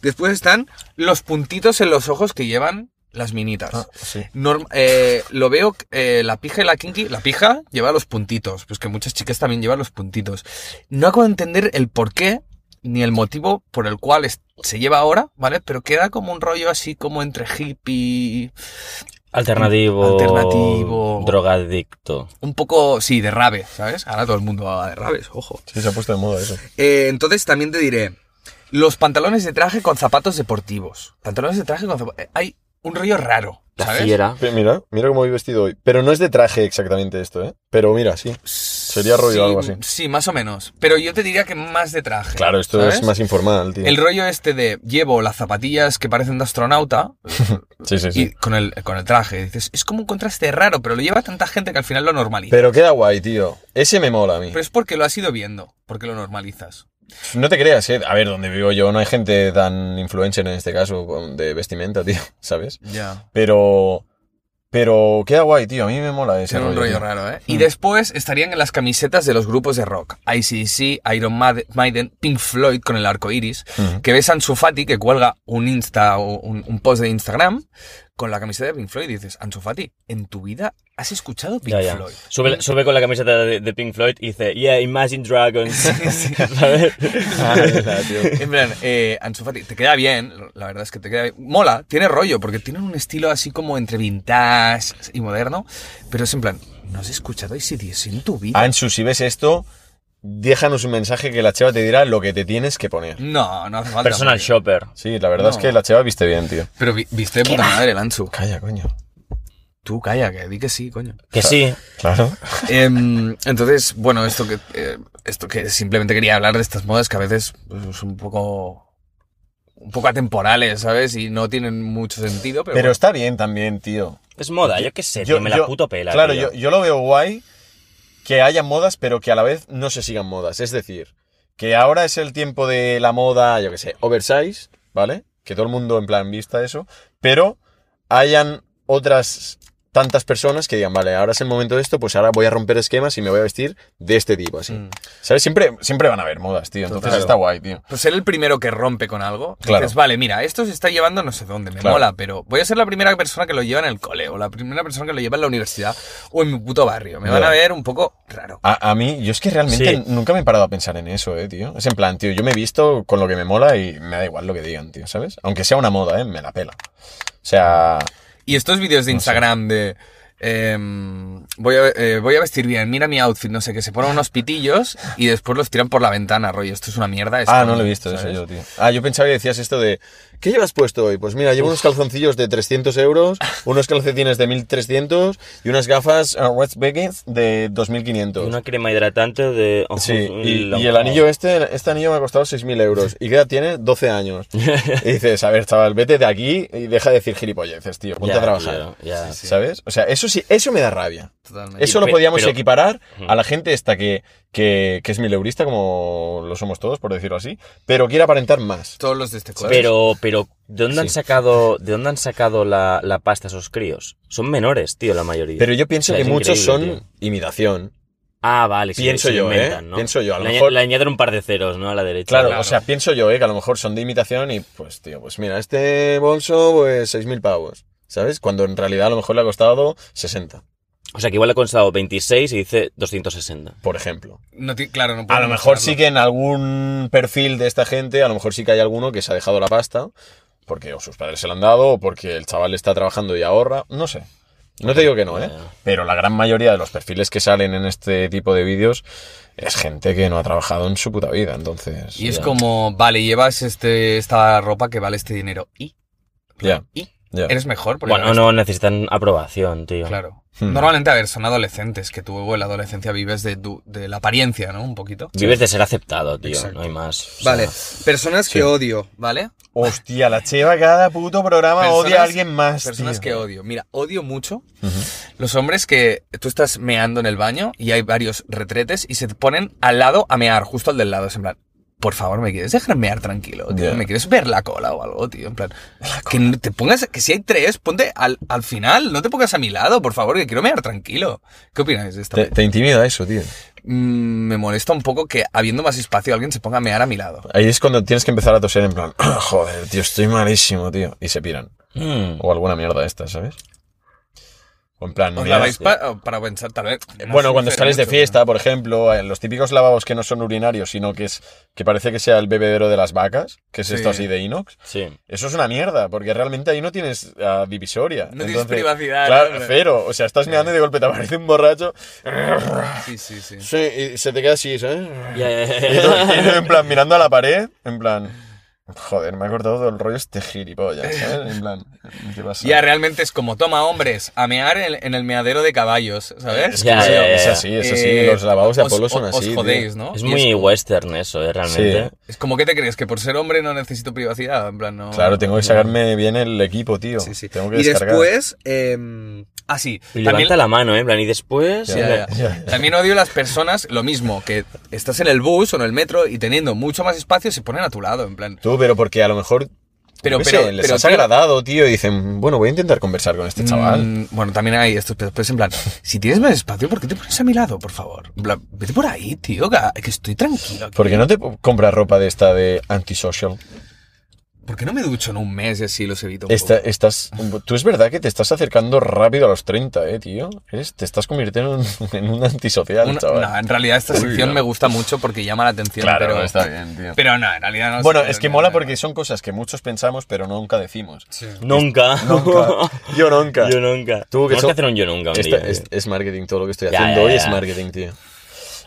S3: Después están los puntitos en los ojos que llevan las minitas.
S1: Ah, sí.
S3: Norm- eh, lo veo, eh, la pija y la kinky, la pija lleva los puntitos, pues que muchas chicas también llevan los puntitos. No acabo de entender el por qué ni el motivo por el cual es- se lleva ahora, ¿vale? Pero queda como un rollo así como entre hippie,
S2: Alternativo.
S3: Alternativo.
S2: Drogadicto.
S3: un poco, sí, de rave, ¿sabes? Ahora todo el mundo va de rabes, ojo.
S1: Sí, se ha puesto de moda eso.
S3: Eh, entonces también te diré, los pantalones de traje con zapatos deportivos. Pantalones de traje con zapatos... Hay un rollo raro,
S2: La
S3: ¿sabes?
S2: fiera.
S1: Pero Mira, mira cómo voy vestido hoy. Pero no es de traje exactamente esto, ¿eh? Pero mira, sí. Sería rollo
S3: Sí,
S1: algo así.
S3: Sí, más o menos. Pero yo te diría que más de traje.
S1: Claro, esto
S3: ¿sabes?
S1: es más informal, tío.
S3: El rollo este de llevo las zapatillas que parecen de astronauta
S1: Sí, sí, sí.
S3: y con el, con el traje. Dices, es como un contraste raro, pero lo lleva tanta gente que al final lo normaliza.
S1: Pero queda guay, tío. Ese me mola a mí.
S3: Pero es porque lo has ido viendo, porque lo normalizas.
S1: No te creas, ¿eh? A ver, donde vivo yo no hay gente tan influencer en este caso con- de vestimenta, tío, ¿sabes?
S3: Ya.
S1: Pero... Pero queda guay, tío. A mí me mola ese
S3: Ser un
S1: rollo.
S3: rollo
S1: tío.
S3: raro, ¿eh? Y después estarían en las camisetas de los grupos de rock. ICC, Iron Mad- Maiden, Pink Floyd con el arco iris.
S1: Ujú.
S3: que ves a Ansu Fati que cuelga un Insta o un, un post de Instagram con la camiseta de Pink Floyd y dices, Ansu Fati, en tu vida has escuchado Pink
S2: Ya, ya.
S3: Floyd.
S2: Sube, sube con la camiseta de, de Pink Floyd y dice, yeah, Imagine Dragons. ¿Sabes?
S1: Ala, Ah, tío.
S3: En plan, eh, Ansu Fati, te queda bien, la verdad es que te queda bien. Mola, tiene rollo, porque tienen un estilo así como entre vintage y moderno, pero es en plan, ¿no has escuchado ACDC en tu vida?
S1: Ansu, si ves esto, déjanos un mensaje que la cheva te dirá lo que te tienes que poner.
S3: No, no hace falta.
S2: Personal
S3: porque-
S2: shopper.
S1: Sí, la verdad es
S3: No.
S1: que la cheva viste bien, tío.
S3: Pero vi- viste de puta madre el Ansu.
S1: Calla, coño.
S3: Tú calla, que di que sí, coño.
S2: Que sí.
S1: Claro.
S3: Em, entonces, bueno, esto que eh, esto que simplemente quería hablar de estas modas que a veces pues, son un poco un poco atemporales, ¿sabes? Y no tienen mucho sentido, pero,
S1: Pero está bien también, tío.
S2: Es moda, yo qué sé, tío, me la puto pela.
S1: Claro,
S2: tío.
S1: yo, yo lo veo guay que haya modas, pero que a la vez no se sigan modas. Es decir, que ahora es el tiempo de la moda, yo qué sé, oversize, ¿vale? Que todo el mundo en plan vista eso, pero hayan otras tantas personas que digan, vale, ahora es el momento de esto, pues ahora voy a romper esquemas y me voy a vestir de este tipo, así.
S3: Mm.
S1: ¿Sabes? Siempre, siempre van a haber modas, tío. Entonces
S3: Total.
S1: está guay, tío.
S3: pues ser el primero que rompe con algo,
S1: Claro.
S3: dices, vale, mira, esto se está llevando no sé dónde, me
S1: Claro.
S3: mola, pero voy a ser la primera persona que lo lleva en el cole, o la primera persona que lo lleva en la universidad, o en mi puto barrio. Me van
S1: Ya.
S3: a ver un poco raro.
S1: A, a mí, yo es que realmente
S2: Sí.
S1: nunca me he parado a pensar en eso, eh, tío. Es en plan, tío, yo me he visto con lo que me mola y me da igual lo que digan, tío, ¿sabes? Aunque sea una moda, eh, me la pela. O sea,
S3: Y estos vídeos de Instagram de eh, voy, a, eh, voy a vestir bien, mira mi outfit, no sé qué, se ponen unos pitillos y después los tiran por la ventana, rollo, esto es una mierda. esto
S1: Ah, no lo he visto eso
S3: ¿sabes?
S1: yo, tío. Ah, yo pensaba que decías esto de, ¿qué llevas puesto hoy? Pues mira, llevo unos calzoncillos de 300 euros, unos calcetines de 1300 y unas gafas eh, Red Beckett de 2500.
S2: Una crema hidratante de ojos.
S1: Sí, y,
S2: Pues, eh, la-
S1: y el anillo este, este anillo me ha costado 6.000 euros. ¿Y qué edad tiene? 12 años. Y dices, a ver, chaval, vete de aquí y deja de decir gilipolleces, tío. Ponte
S2: Ya,
S1: a trabajar.
S2: tío, ya.
S1: ¿Sabes? O sea, eso sí, eso me da rabia.
S3: Totalmente.
S1: Eso
S2: Y
S1: lo
S2: pe-
S1: podíamos
S2: pero-
S1: equiparar a la gente esta que, que, que es mileurista, como lo somos todos, por decirlo así, pero quiere aparentar más.
S3: Todos los de este cuadro.
S2: Pero, pero, ¿de dónde han
S1: Sí.
S2: sacado, de dónde han sacado la, la pasta esos críos? Son menores, tío, la mayoría.
S1: Pero yo pienso
S2: O sea, es
S1: que muchos son
S2: increíble, tío.
S1: imitación.
S2: Ah, vale, sí,
S1: Pienso
S2: se lo
S1: yo, ¿eh?
S2: inventan, ¿no?
S1: Pienso yo, a lo
S2: le, añ-
S1: mejor-
S2: le añaden un par de ceros, ¿no? A la derecha.
S1: Claro, o sea, pienso yo, eh, que a lo mejor son de imitación y pues, tío, pues mira, este bolso, pues 6.000 pavos, ¿sabes? Cuando en realidad a lo mejor le ha costado 60,
S2: O sea, que igual le ha costado 26 y dice 260.
S1: por ejemplo.
S3: No ti- claro, no
S1: A
S3: puedo
S1: lo mejor sí
S3: mostrarlo.
S1: que en algún perfil de esta gente, a lo mejor sí que hay alguno que se ha dejado la pasta, porque o sus padres se la han dado, o porque el chaval está trabajando y ahorra, no sé. No te digo que no, ¿eh?
S2: Ya, ya.
S1: Pero la gran mayoría de los perfiles que salen en este tipo de vídeos es gente que no ha trabajado en su puta vida, entonces...
S3: Y es
S1: ya,
S3: como, vale, llevas este, esta ropa que vale este dinero. ¿Y?
S1: Ya,
S3: ¿Y?
S1: ya.
S3: ¿Eres mejor? por
S2: Bueno,
S3: llevar
S2: no, necesitan aprobación, tío.
S3: Claro.
S1: Hmm.
S3: Normalmente, a ver, son adolescentes, que tú en la adolescencia vives de, tu- de la apariencia, ¿no? Un poquito.
S2: Vives de ser aceptado, tío,
S3: Exacto.
S2: no hay más. O sea,
S3: Vale, personas que odio, ¿vale?
S1: Hostia, la cheva cada puto programa odia a alguien más.
S3: Personas
S1: tío.
S3: que odio. Mira, odio mucho
S1: Ujú.
S3: los hombres que tú estás meando en el baño y hay varios retretes y se te ponen al lado a mear, justo al del lado. Es en plan, por favor, ¿me quieres dejar mear tranquilo? tío?
S1: Ya.
S3: ¿Me quieres ver la cola o algo, tío? En plan, que no te pongas, que si hay tres, ponte al, al final, no te pongas a mi lado, por favor, que quiero mear tranquilo. ¿Qué opináis de esto?
S1: Te, te intimida eso, tío.
S3: Mm, me molesta un poco que habiendo más espacio alguien se ponga a mear a mi lado.
S1: Ahí es cuando tienes que empezar a toser en plan, joder, tío, estoy malísimo, tío. Y se piran.
S2: Mm.
S1: O alguna mierda de estas, ¿sabes? O en plan,
S3: Os
S1: mira,
S3: laváis pa- para pensar, tal vez. no
S1: Bueno,
S3: se
S1: cuando
S3: entera
S1: sales de
S3: mucho,
S1: fiesta, por ejemplo, eh, los típicos lavabos que no son urinarios, sino que es que parece que sea el bebedero de las vacas, que es esto
S3: Sí.
S1: así de inox.
S2: Sí.
S1: Eso es una mierda, porque realmente ahí no tienes ah, divisoria.
S3: No tienes privacidad,
S1: Claro,
S3: ¿no?
S1: cero. O sea, estás mirando y de golpe te aparece un borracho.
S3: ¿no? Sí, sí, sí.
S1: Sí, y se te queda así, ¿sabes?
S2: Ya, ya, ya,
S1: Y
S2: ya.
S1: tú- y tú en plan, mirando a la pared, en plan, joder, me ha cortado todo el rollo este gilipollas, ¿sabes? En plan, ¿qué pasa?
S3: Ya realmente es como, toma hombres, a mear en, en el meadero de caballos, ¿sabes?
S1: es,
S2: Ya,
S1: que
S2: ya, ya,
S1: es
S2: ya.
S1: así, es así.
S3: Eh,
S1: los lavabos de
S3: os-
S1: Apolo son
S3: os-
S1: así.
S3: Os
S1: tío.
S3: jodéis, ¿no?
S2: Es
S3: Y
S2: muy
S3: como-
S2: western eso, ¿eh? Realmente.
S3: Es como, ¿qué te crees? ¿Que por ser hombre no necesito privacidad? En plan, no...
S1: Claro, tengo que sacarme bien el equipo, tío.
S3: Sí, sí.
S1: Tengo que
S3: y
S1: descargar.
S3: después... Eh, ah, sí.
S2: Y
S3: También,
S2: levanta la mano, ¿eh? En plan, y después...
S3: Sí, ya, ya.
S1: Ya, ya.
S3: También odio las personas, lo mismo, que estás en el bus o en el metro y teniendo mucho más espacio se ponen a tu lado, en plan...
S1: Tú, pero porque a lo mejor.
S3: Pero-
S1: yo qué
S3: pero-
S1: sé, les
S3: pero,
S1: has
S3: tío-
S1: agradado, tío, y dicen, bueno, voy a intentar conversar con este chaval.
S3: Mm, bueno, también hay estos pero después en plan, si tienes más espacio, ¿por qué te pones a mi lado, por favor? En plan, vete por ahí, tío, que, que estoy tranquilo. aquí.
S1: ¿Por qué no te po- compras ropa de esta de antisocial?
S3: ¿Por qué no me ducho en un mes y así los evito un
S1: Esta-
S3: poco?
S1: estás, tú es verdad que te estás acercando rápido a los 30, eh, tío. Eres- te estás convirtiendo en, en un antisocial,
S3: Una-
S1: chaval.
S3: no, en realidad esta
S1: Uy,
S3: sección
S1: no.
S3: me gusta mucho porque llama la atención, pero...
S1: bien, tío.
S3: Pero no, en realidad no...
S1: bueno,
S3: sé,
S1: es que
S3: no,
S1: mola
S3: no,
S1: porque son cosas que muchos pensamos, pero nunca decimos.
S3: Sí.
S2: Nunca.
S1: Nunca. Yo nunca.
S2: yo nunca.
S1: Tú, que
S2: Tenemos
S1: so-
S2: que hacer un yo nunca un
S1: Esta-
S2: día,
S1: es,
S2: tío.
S1: es marketing, todo lo que estoy
S2: Ya,
S1: haciendo
S2: ya,
S1: hoy
S2: ya.
S1: es marketing, tío.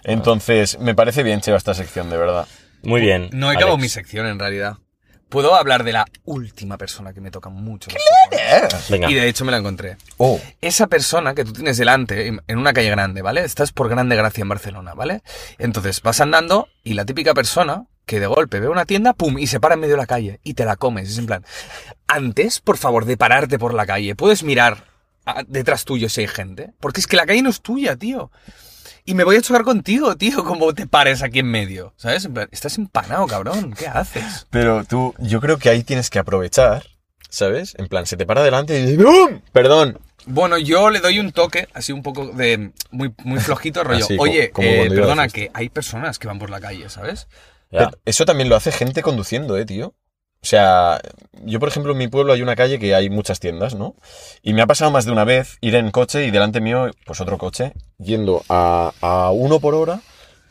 S1: Entonces, me parece bien, Cheva, esta sección, de verdad.
S2: Muy bien.
S3: No he acabado
S2: Alex.
S3: mi sección, en realidad. Puedo hablar de la última persona que me toca mucho. los cojones.
S2: Venga.
S3: Y de hecho me la encontré.
S1: Oh,
S3: esa persona que tú tienes delante en en una calle grande, ¿vale? Estás por Grande Gracia en Barcelona, ¿vale? Entonces vas andando y la típica persona que de golpe ve una tienda, pum, y se para en medio de la calle y te la comes. Es en plan, antes, por favor, de pararte por la calle, puedes mirar a- detrás tuyo si hay gente. Porque es que la calle no es tuya, tío. Y me voy a chocar contigo, tío, como te pares aquí en medio. ¿Sabes? En plan, estás empanado, cabrón. ¿Qué haces?
S1: pero tú, yo creo que ahí tienes que aprovechar, ¿sabes? En plan, se te para delante y dices, ¡Bum! Perdón.
S3: Bueno, yo le doy un toque, así un poco de. muy, muy flojito, rollo.
S1: Así, co-
S3: Oye,
S1: como
S3: eh,
S1: cuando iba a la
S3: perdona,
S1: fiesta".
S3: que hay personas que van por la calle, ¿sabes?
S2: Ya.
S1: Pero Eso también lo hace gente conduciendo, ¿eh, tío? O sea, yo, por ejemplo, en mi pueblo hay una calle que hay muchas tiendas, ¿no? Y me ha pasado más de una vez ir en coche y delante mío, pues otro coche, yendo a, a uno por hora,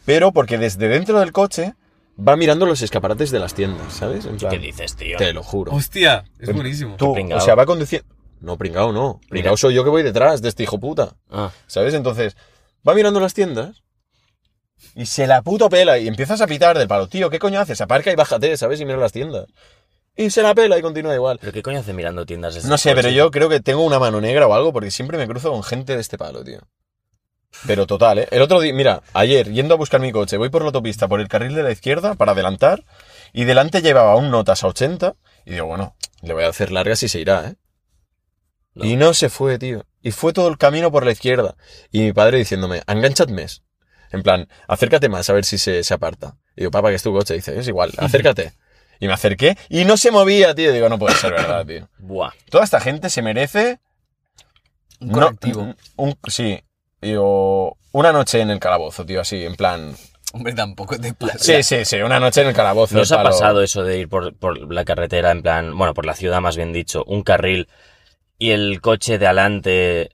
S1: pero porque desde dentro del coche va mirando los escaparates de las tiendas, ¿sabes? En plan,
S2: ¿Qué dices, tío?
S1: Te lo juro.
S3: Hostia,
S1: Tú,
S2: Qué pringao.
S1: o sea, va conduciendo. No, pringao no. Pringao soy yo que voy detrás de este hijo puta.
S2: Ah,
S1: ¿Sabes? Entonces, va mirando las tiendas y se la puto pela y empiezas a pitar del palo. Tío, ¿qué coño haces? Aparca y bájate, ¿sabes? Y mira las tiendas. Y se la pela y continúa igual.
S2: ¿Pero qué coño hace mirando tiendas? de
S1: No
S2: esas
S1: sé, pero
S2: cosas?
S1: yo creo que tengo una mano negra o algo porque siempre me cruzo con gente de este palo, tío. Pero total, ¿eh? El otro día, mira, ayer, yendo a buscar mi coche, voy por la autopista, por el carril de la izquierda para adelantar y delante llevaba un notas a 80 y digo, bueno, le voy a hacer largas y se irá, ¿eh?
S2: No.
S1: Y no se fue, tío. Y fue todo el camino por la izquierda. Y mi padre diciéndome, enganchadme. En plan, acércate más a ver si se, se aparta. Y digo, papá, que es tu coche. dice, es igual, acércate. y me acerqué y no se movía, tío. Digo, no puede ser verdad, tío.
S2: Buah.
S1: Toda esta gente se merece.
S3: Un
S1: no-
S3: correctivo.
S1: un- un- sí. Digo, una noche en el calabozo, tío, así, en plan.
S3: Hombre, tampoco te pasa.
S1: Sí, sí, sí, una noche en el calabozo.
S2: ¿No os
S1: el
S2: ha
S1: palo.
S2: pasado eso de ir por, por la carretera, en plan, bueno, por la ciudad más bien dicho, un carril y el coche de adelante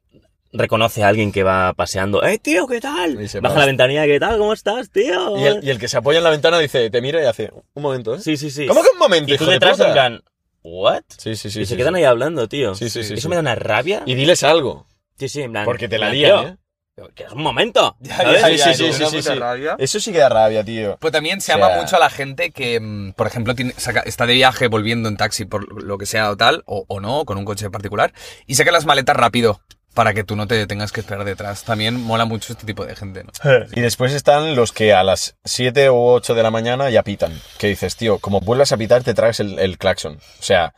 S2: reconoce a alguien que va paseando? ¡Eh, tío, qué tal!
S1: Y se
S2: Baja
S1: pasa.
S2: la ventanilla, ¿qué tal? ¿Cómo estás, tío?
S1: Y el, y el que se apoya en la ventana dice, te mira y hace, un momento, ¿eh?
S2: Sí, sí, sí.
S1: ¿Cómo que un momento,
S2: Y tú
S1: hijo de
S2: detrás,
S1: puta?
S2: en plan, ¿what?
S1: Sí, sí, sí.
S2: y se
S1: sí,
S2: quedan
S1: sí.
S2: ahí hablando, tío.
S1: Sí, sí, sí,
S2: Eso
S1: sí.
S2: me da una rabia.
S1: Y diles algo,
S2: Sí, sí, en plan.
S1: porque te la
S2: Ah, en plan,
S1: lían, ¿eh?
S2: tío, Que es un momento.
S3: Ya,
S2: ¿sabes?
S3: ya, ya,
S1: Sí, sí,
S3: ya,
S1: sí,
S3: una
S1: sí,
S3: puta
S1: sí.
S3: rabia.
S1: Eso sí que da rabia, tío.
S3: Pero también se
S1: O
S3: ama
S1: sea-
S3: mucho a la gente que, mm, por ejemplo, tiene, saca- está de viaje volviendo en taxi por lo que sea o tal, o, o no, con un coche particular, y saca las maletas rápido para que tú no te tengas que esperar detrás. También mola mucho este tipo de gente, ¿no?
S1: Y después están los que a las 7 o 8 de la mañana ya pitan. Que dices, tío, como vuelvas a pitar, te traes el, el claxon. O sea,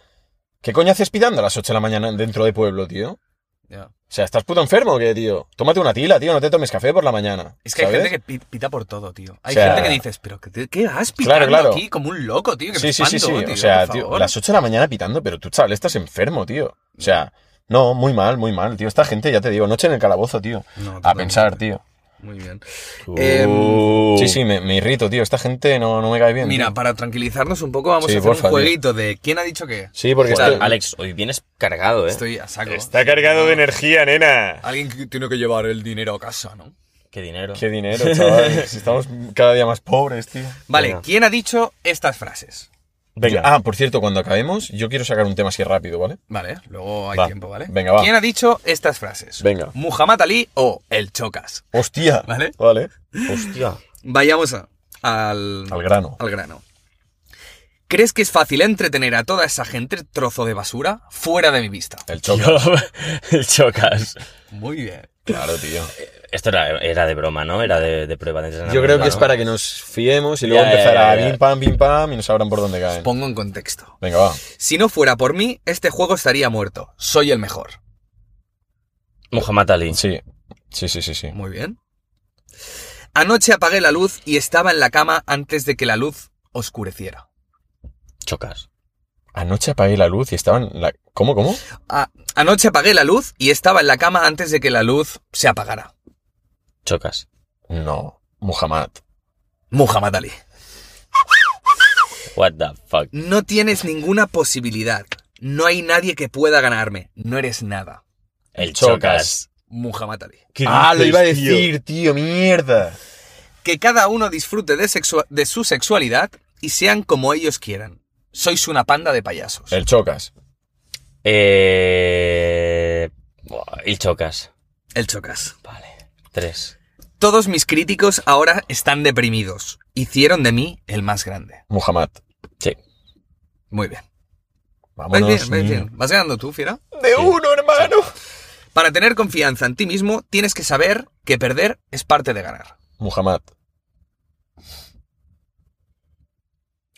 S1: ¿qué coño haces pitando a las 8 de la mañana dentro de pueblo, tío? O
S3: Ya.
S1: sea, ¿estás puto enfermo o qué, tío? Tómate una tila, tío, no te tomes café por la mañana.
S3: Es que hay
S1: ¿sabes?
S3: gente que pi- pita por todo, tío.
S1: O
S3: Hay
S1: sea-
S3: gente que dices, pero ¿qué, qué vas pitando
S1: claro.
S3: aquí como un loco, tío? Que
S1: Sí,
S3: me
S1: sí, sí, sí.
S3: espanto, tío,
S1: o sea,
S3: por
S1: tío,
S3: favor.
S1: las 8 de la mañana pitando, pero tú, chaval, estás enfermo, tío. O sea, no, muy mal, muy mal, tío. Esta gente, ya te digo, noche en el calabozo, tío.
S3: No,
S1: A
S3: totalmente.
S1: pensar, tío.
S3: Muy bien.
S2: Uh.
S1: Eh, Sí, sí, me, me irrito, tío. Esta gente no, no me cae bien.
S3: Mira,
S1: tío.
S3: para tranquilizarnos un poco, vamos
S1: Sí,
S3: a hacer un
S1: porfa, tío.
S3: jueguito de ¿quién ha dicho qué?
S1: Sí, porque
S2: Joder,
S1: estoy-
S2: Alex, hoy vienes cargado, ¿eh?
S3: Estoy a saco.
S1: cargado de energía, nena.
S3: Alguien que tiene que llevar el dinero a casa, ¿no?
S2: Qué dinero.
S1: Qué dinero, chavales. Estamos cada día más pobres, tío.
S3: Vale,
S2: Venga.
S3: ¿quién ha dicho estas frases?
S1: Venga. Ah, por cierto, cuando acabemos, yo quiero sacar un tema así rápido, ¿vale?
S3: Vale, luego hay
S1: Va,
S3: tiempo, ¿vale?
S1: venga, va.
S3: ¿Quién ha dicho estas frases?
S1: Venga.
S3: Muhammad Ali o el Chocas.
S1: Hostia.
S3: Vale.
S1: Vale.
S2: Hostia.
S3: Vayamos a- al,
S1: Al grano.
S3: al grano. ¿Crees que es fácil entretener a toda esa gente trozo de basura fuera de mi vista?
S1: El choque.
S2: Yo- el chocas.
S3: Muy bien.
S1: Claro, tío.
S2: Esto era, era de broma, ¿no? Era de, de prueba de entrenamiento.
S1: Yo creo que es
S2: ¿no?
S1: para que nos fiemos y luego
S2: Ya, ya,
S1: empezar
S2: ya,
S1: a
S2: ya.
S1: pim pam, pim pam y no sabrán por dónde caen.
S3: Pongo en contexto.
S1: Venga, va.
S3: Si no fuera por mí, este juego estaría muerto. Soy el mejor.
S2: Muhammad Ali.
S1: Sí. Sí, sí, sí, sí.
S3: Muy bien. Anoche apagué la luz y estaba en la cama antes de que la luz oscureciera.
S2: Chocas.
S1: Anoche apagué la luz y estaban... La... ¿Cómo, cómo?
S3: A- anoche apagué la luz y estaba en la cama antes de que la luz se apagara.
S2: Chocas.
S1: No. Muhammad.
S3: Muhammad Ali.
S2: What the fuck.
S3: No tienes ninguna posibilidad. No hay nadie que pueda ganarme. No eres nada.
S2: El
S1: Chocas.
S2: chocas.
S3: Muhammad Ali.
S2: ¿Qué
S1: Ah, lo
S2: dices,
S1: iba a
S2: tío?
S1: decir, tío. Mierda.
S3: Que cada uno disfrute de, sexua- de su sexualidad y sean como ellos quieran. Sois una panda de payasos.
S1: El chocas.
S2: Eh... buah, El chocas.
S3: El chocas.
S2: Vale. Tres.
S3: Todos mis críticos ahora están deprimidos. Hicieron de mí el más grande.
S1: Muhammad.
S2: Sí.
S3: Muy bien. Vais
S1: Vámonos.
S3: bien, vais
S1: niño.
S3: bien. Vas ganando tú, fiera.
S1: De uno, hermano.
S3: Para tener confianza en ti mismo, tienes que saber que perder es parte de ganar.
S1: Muhammad.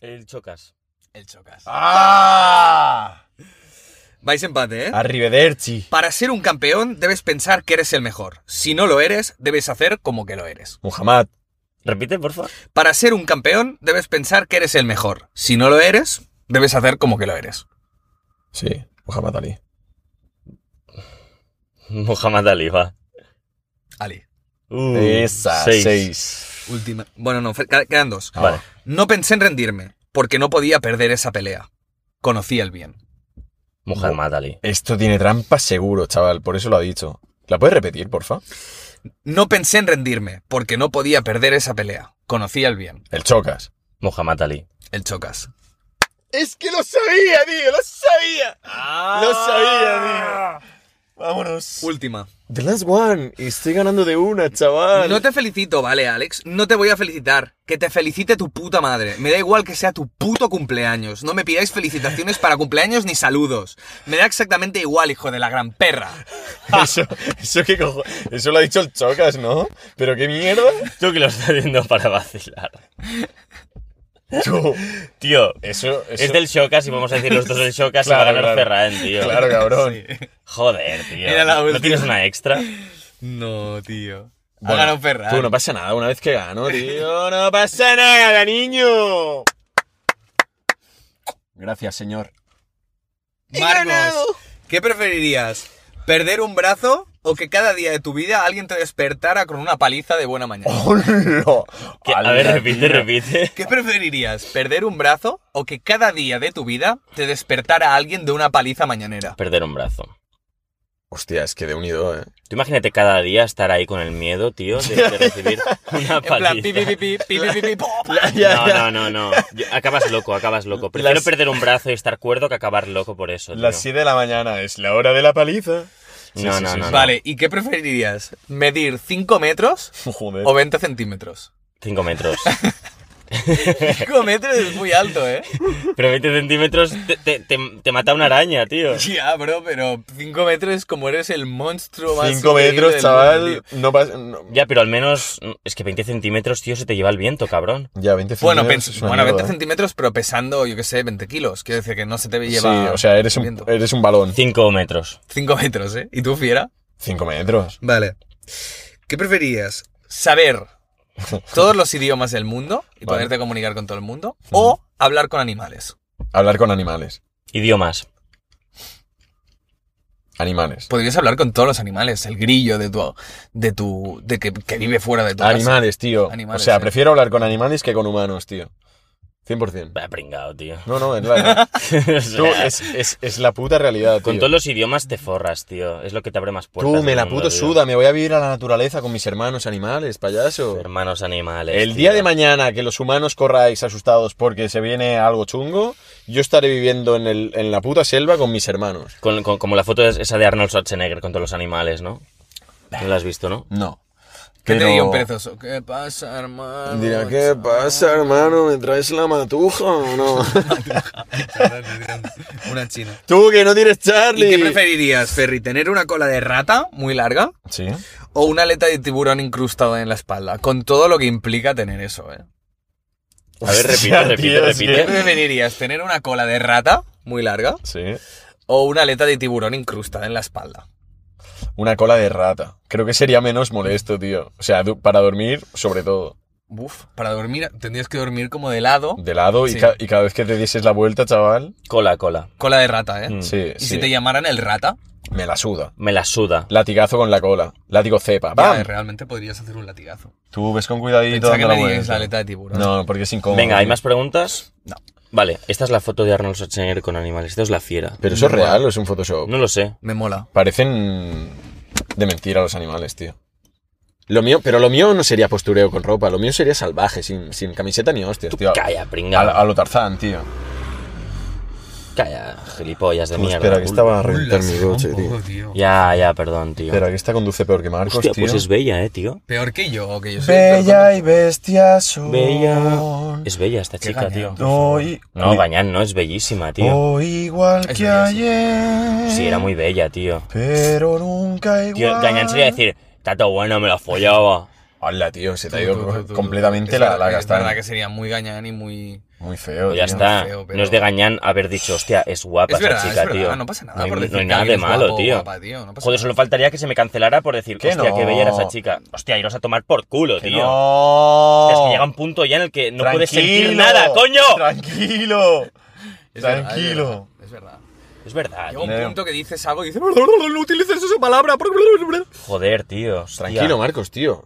S2: El chocas.
S3: El chocas.
S1: ¡Ah!
S3: Vais empate, ¿eh?
S1: Arrivederci.
S3: Para ser un campeón debes pensar que eres el mejor. Si no lo eres, debes hacer como que lo eres.
S1: Muhammad.
S2: Repite, por favor.
S3: Para ser un campeón debes pensar que eres el mejor. Si no lo eres, debes hacer como que lo eres.
S1: Sí, Muhammad Ali.
S2: Muhammad Ali, va.
S3: Ali,
S2: Uh,
S1: Esa, seis.
S3: última. Bueno, no, fe- qued- quedan dos.
S1: Ah,
S2: Vale.
S3: No pensé en rendirme, porque no podía perder esa pelea. Conocí el bien.
S2: Muhammad Ali.
S1: Esto tiene trampa seguro, chaval, por eso lo ha dicho. ¿La puedes repetir, porfa?
S3: No pensé en rendirme, porque no podía perder esa pelea. Conocí el bien.
S1: El chocas.
S2: Muhammad Ali.
S3: El chocas.
S1: Es que lo sabía, tío, lo sabía. Ah. Lo sabía, tío. Vámonos.
S3: Última.
S1: The last one. Y estoy ganando de una, chaval.
S3: No te felicito, ¿vale, Alex? No te voy a felicitar. Que te felicite tu puta madre. Me da igual que sea tu puto cumpleaños. No me pidáis felicitaciones para cumpleaños ni saludos. Me da exactamente igual, hijo de la gran perra.
S1: Eso, eso, qué cojo- eso lo ha dicho el Chocas, ¿no? Pero qué mierda.
S2: Tú que lo estás viendo para vacilar.
S1: Tú.
S2: Tío,
S1: Eso, eso-
S2: es del Shocas y vamos a decir los dos del Shocas y
S1: Claro,
S2: va a ganar
S1: claro.
S2: Ferran, tío.
S1: Claro, cabrón.
S2: Joder, tío.
S3: Era la
S2: ¿No
S3: última.
S2: tienes una extra?
S3: No, tío. Ha
S1: Bueno,
S3: ganado Ferran.
S1: Tú, no pasa nada. Una vez que gano, tío, no pasa nada, niño. Gracias, señor. ganado.
S3: Marcos, ¿qué preferirías? ¿Perder un brazo o que cada día de tu vida alguien te despertara con una paliza de buena mañana?
S1: ¡Hola!
S2: Que- a ver, repite, repite.
S3: ¿Qué preferirías? ¿Perder un brazo o que cada día de tu vida te despertara alguien de una paliza mañanera?
S2: Perder un brazo.
S1: Hostia, es que de unido, ¿eh?
S2: Tú imagínate cada día estar ahí con el miedo, tío, de, de recibir una
S3: En plan,
S2: paliza.
S3: pi, pi, pi, pi, pi, pi, pi, pi, pop.
S2: No, no, no, no. Yo- Acabas loco, acabas loco. Prefiero
S1: Las-
S2: perder un brazo y estar cuerdo que acabar loco por eso. Tío.
S1: Las 7 de la mañana es la hora de la paliza.
S2: No, no, no, no.
S3: Vale, ¿y qué preferirías? ¿Medir 5 metros
S1: Joder.
S3: o 20 centímetros?
S2: Cinco metros.
S3: 5 metros es muy alto, ¿eh?
S2: Pero 20 centímetros te, te- te- te mata una araña, tío.
S3: Ya, bro, pero 5 metros es como eres el monstruo más...
S1: 5
S3: increíble
S1: metros,
S3: del mundo,
S1: chaval.
S3: tío.
S1: No pasa. no-
S2: Ya, pero al menos. mm, Es que 20 centímetros, tío, se te lleva el viento, cabrón.
S1: Ya, 20 centímetros.
S3: Bueno,
S1: es
S3: pens-
S1: una
S3: bueno, 20
S1: mierda.
S3: centímetros, pero pesando, yo qué sé, 20 kilos. Quiero decir que no se te lleva...
S1: Sí, o sea, eres un, eres un balón.
S2: 5 metros.
S3: 5 metros, ¿eh? ¿Y tú, Fiera?
S1: 5 metros.
S3: Vale. ¿Qué preferías? Saber todos los idiomas del mundo y
S1: Vale.
S3: poderte comunicar con todo el mundo o hablar con animales.
S1: Hablar con animales.
S2: Idiomas.
S1: Animales.
S3: Podrías hablar con todos los animales, el grillo de tu de tu de que, que vive fuera de tu casa.
S1: Animales, tío.
S3: Animales,
S1: o sea,
S3: eh.
S1: prefiero hablar con animales que con humanos, tío. 100%.
S2: Va pringado, tío.
S1: No, no, es la,
S2: O sea,
S1: tú, es, es- es la puta realidad, tío.
S2: Con todos los idiomas te forras, tío. Es lo que te abre más puertas.
S1: Tú, me
S2: del
S1: la
S2: mundo,
S1: puto
S2: tío.
S1: suda, me voy a vivir a la naturaleza con mis hermanos animales, payaso.
S2: Hermanos animales.
S1: El
S2: tío.
S1: día de mañana que los humanos corráis asustados porque se viene algo chungo, yo estaré viviendo en, el, en la puta selva con mis hermanos.
S2: Con- con- como la foto es- esa de Arnold Schwarzenegger con todos los animales, ¿no? No la has visto, ¿no?
S1: No.
S3: ¿Qué te
S1: Pero-
S3: diría un perezoso? ¿Qué pasa, hermano?
S1: Dirá, ¿qué pasa, hermano? ¿Me traes la matuja o no?
S3: Una china.
S1: Tú, que no tienes
S3: ¿Y
S1: Charlie.
S3: qué preferirías, Ferry? ¿Tener una cola de rata muy larga
S1: Sí.
S3: o una aleta de tiburón incrustada en la espalda? Con todo lo que implica tener eso, ¿eh?
S2: A ver, repite,
S1: Hostia,
S2: repite,
S1: tío, es
S2: repite.
S3: ¿Qué preferirías? ¿Tener una cola de rata muy larga
S1: Sí.
S3: o una aleta de tiburón incrustada en la espalda?
S1: Una cola de rata. Creo que sería menos molesto, tío. O sea, du- para dormir, sobre todo.
S3: Uf, para dormir tendrías que dormir como de lado.
S1: De lado y,
S3: Sí.
S1: ca- y cada vez que te dieses la vuelta, chaval.
S2: Cola, cola.
S3: Cola de rata, ¿eh?
S2: Mm.
S1: Sí,
S3: ¿Y
S1: sí.
S3: si te llamaran el rata?
S1: Me la suda.
S2: Me la suda.
S1: Latigazo con la cola. Látigo cepa. ¡Bam!
S3: Ya, realmente podrías hacer un latigazo.
S1: Tú ves con cuidadito.
S3: Pensaba que
S1: dando
S3: me
S1: la
S3: dirías
S1: vuelta.
S3: la aleta de tiburón.
S1: No, porque es incómodo.
S2: Venga, ¿hay más preguntas?
S3: No.
S2: Vale, esta es la foto de Arnold Schwarzenegger con animales. Esta es la fiera.
S1: Pero eso es real o es un Photoshop.
S2: No lo sé.
S3: Me mola.
S1: Parecen de mentira los animales, tío. Lo mío, pero lo mío no sería postureo con ropa, lo mío sería salvaje, sin, sin camiseta ni hostias, tío.
S2: Calla,
S1: A,
S2: pringa.
S1: a lo Tarzán, tío.
S2: Calla, gilipollas de
S1: Tú,
S2: mierda.
S1: espera, que
S2: culo.
S1: estaba a reventar mi coche, tío.
S2: Ya, ya, perdón, tío.
S1: Espera, que esta conduce peor que Marcos,
S2: Hostia,
S1: tío.
S2: pues es bella, eh, tío.
S3: Peor que yo, que yo soy
S1: Bella y bestia son.
S2: Bella. Es bella esta
S3: Qué
S2: chica,
S3: gañán,
S2: tío.
S3: por
S1: Hoy,
S2: No, Gañán no, es bellísima, tío.
S1: hoy igual
S3: Es
S1: que
S3: bellísima.
S1: ayer.
S2: Sí, era muy bella, tío.
S1: Pero nunca igual.
S2: Tío, Gañán sería decir, tato bueno, me la follaba.
S1: Hola, tío, se te ha
S3: Tú,
S1: ido
S3: tú, tú, tú,
S1: completamente
S3: Es
S1: la,
S3: verdad-
S1: la
S3: Es verdad
S1: castaña.
S3: que sería muy gañán y muy...
S1: Muy feo.
S2: Pues ya
S1: tío.
S2: está.
S3: feo, pero-
S2: No es de Gañán haber dicho, hostia, es guapa
S3: Es
S2: esa
S3: verdad,
S2: chica,
S3: es verdad, Ah,
S2: tío.
S3: no pasa nada
S2: No hay,
S3: por decir
S2: no hay
S3: que
S2: nada de
S3: alguien es
S2: malo,
S3: guapo o
S2: tío.
S3: guapa, tío, no pasa
S2: Joder,
S3: nada.
S2: solo faltaría que se me cancelara por decir,
S1: Que
S2: hostia,
S1: no.
S2: qué bella era esa chica. Hostia, iros a tomar por culo,
S1: Que
S2: tío.
S1: No.
S2: Es que llega un punto ya en el que no puedes sentir
S1: Tranquilo,
S2: nada, coño.
S1: Tranquilo.
S3: Es verdad,
S1: Tranquilo.
S3: Es verdad.
S2: Es verdad,
S3: Llega
S2: tío.
S1: Neo.
S3: un punto que dices algo y dices, "No, no, no, no utilices esa palabra.
S2: joder, tío. hostia.
S1: Tranquilo, Marcos, tío.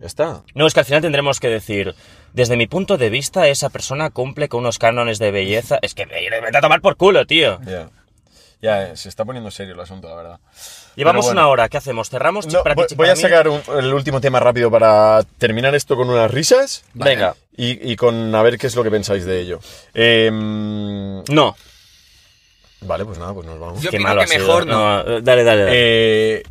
S1: Ya está.
S2: No, es que al final tendremos que decir, desde mi punto de vista, esa persona cumple con unos cánones de belleza. Es que me- vete a tomar por culo, tío.
S1: Ya. Ya, eh, se está poniendo serio el asunto, la verdad.
S2: Llevamos
S1: bueno.
S2: una hora, ¿qué hacemos? Cerramos
S1: No,
S2: para que-
S1: voy, voy
S2: para
S1: a
S2: mí-
S1: sacar un- el último tema rápido para terminar esto con unas risas.
S2: Venga.
S1: Y, y con a ver qué es lo que pensáis de ello. Em,
S2: No,
S1: vale, pues nada, pues nos vamos.
S3: Yo
S2: qué
S3: opino
S2: malo
S3: que
S2: ha sido.
S3: mejor no.
S2: eh, Dale, dale, dale.
S1: Eh,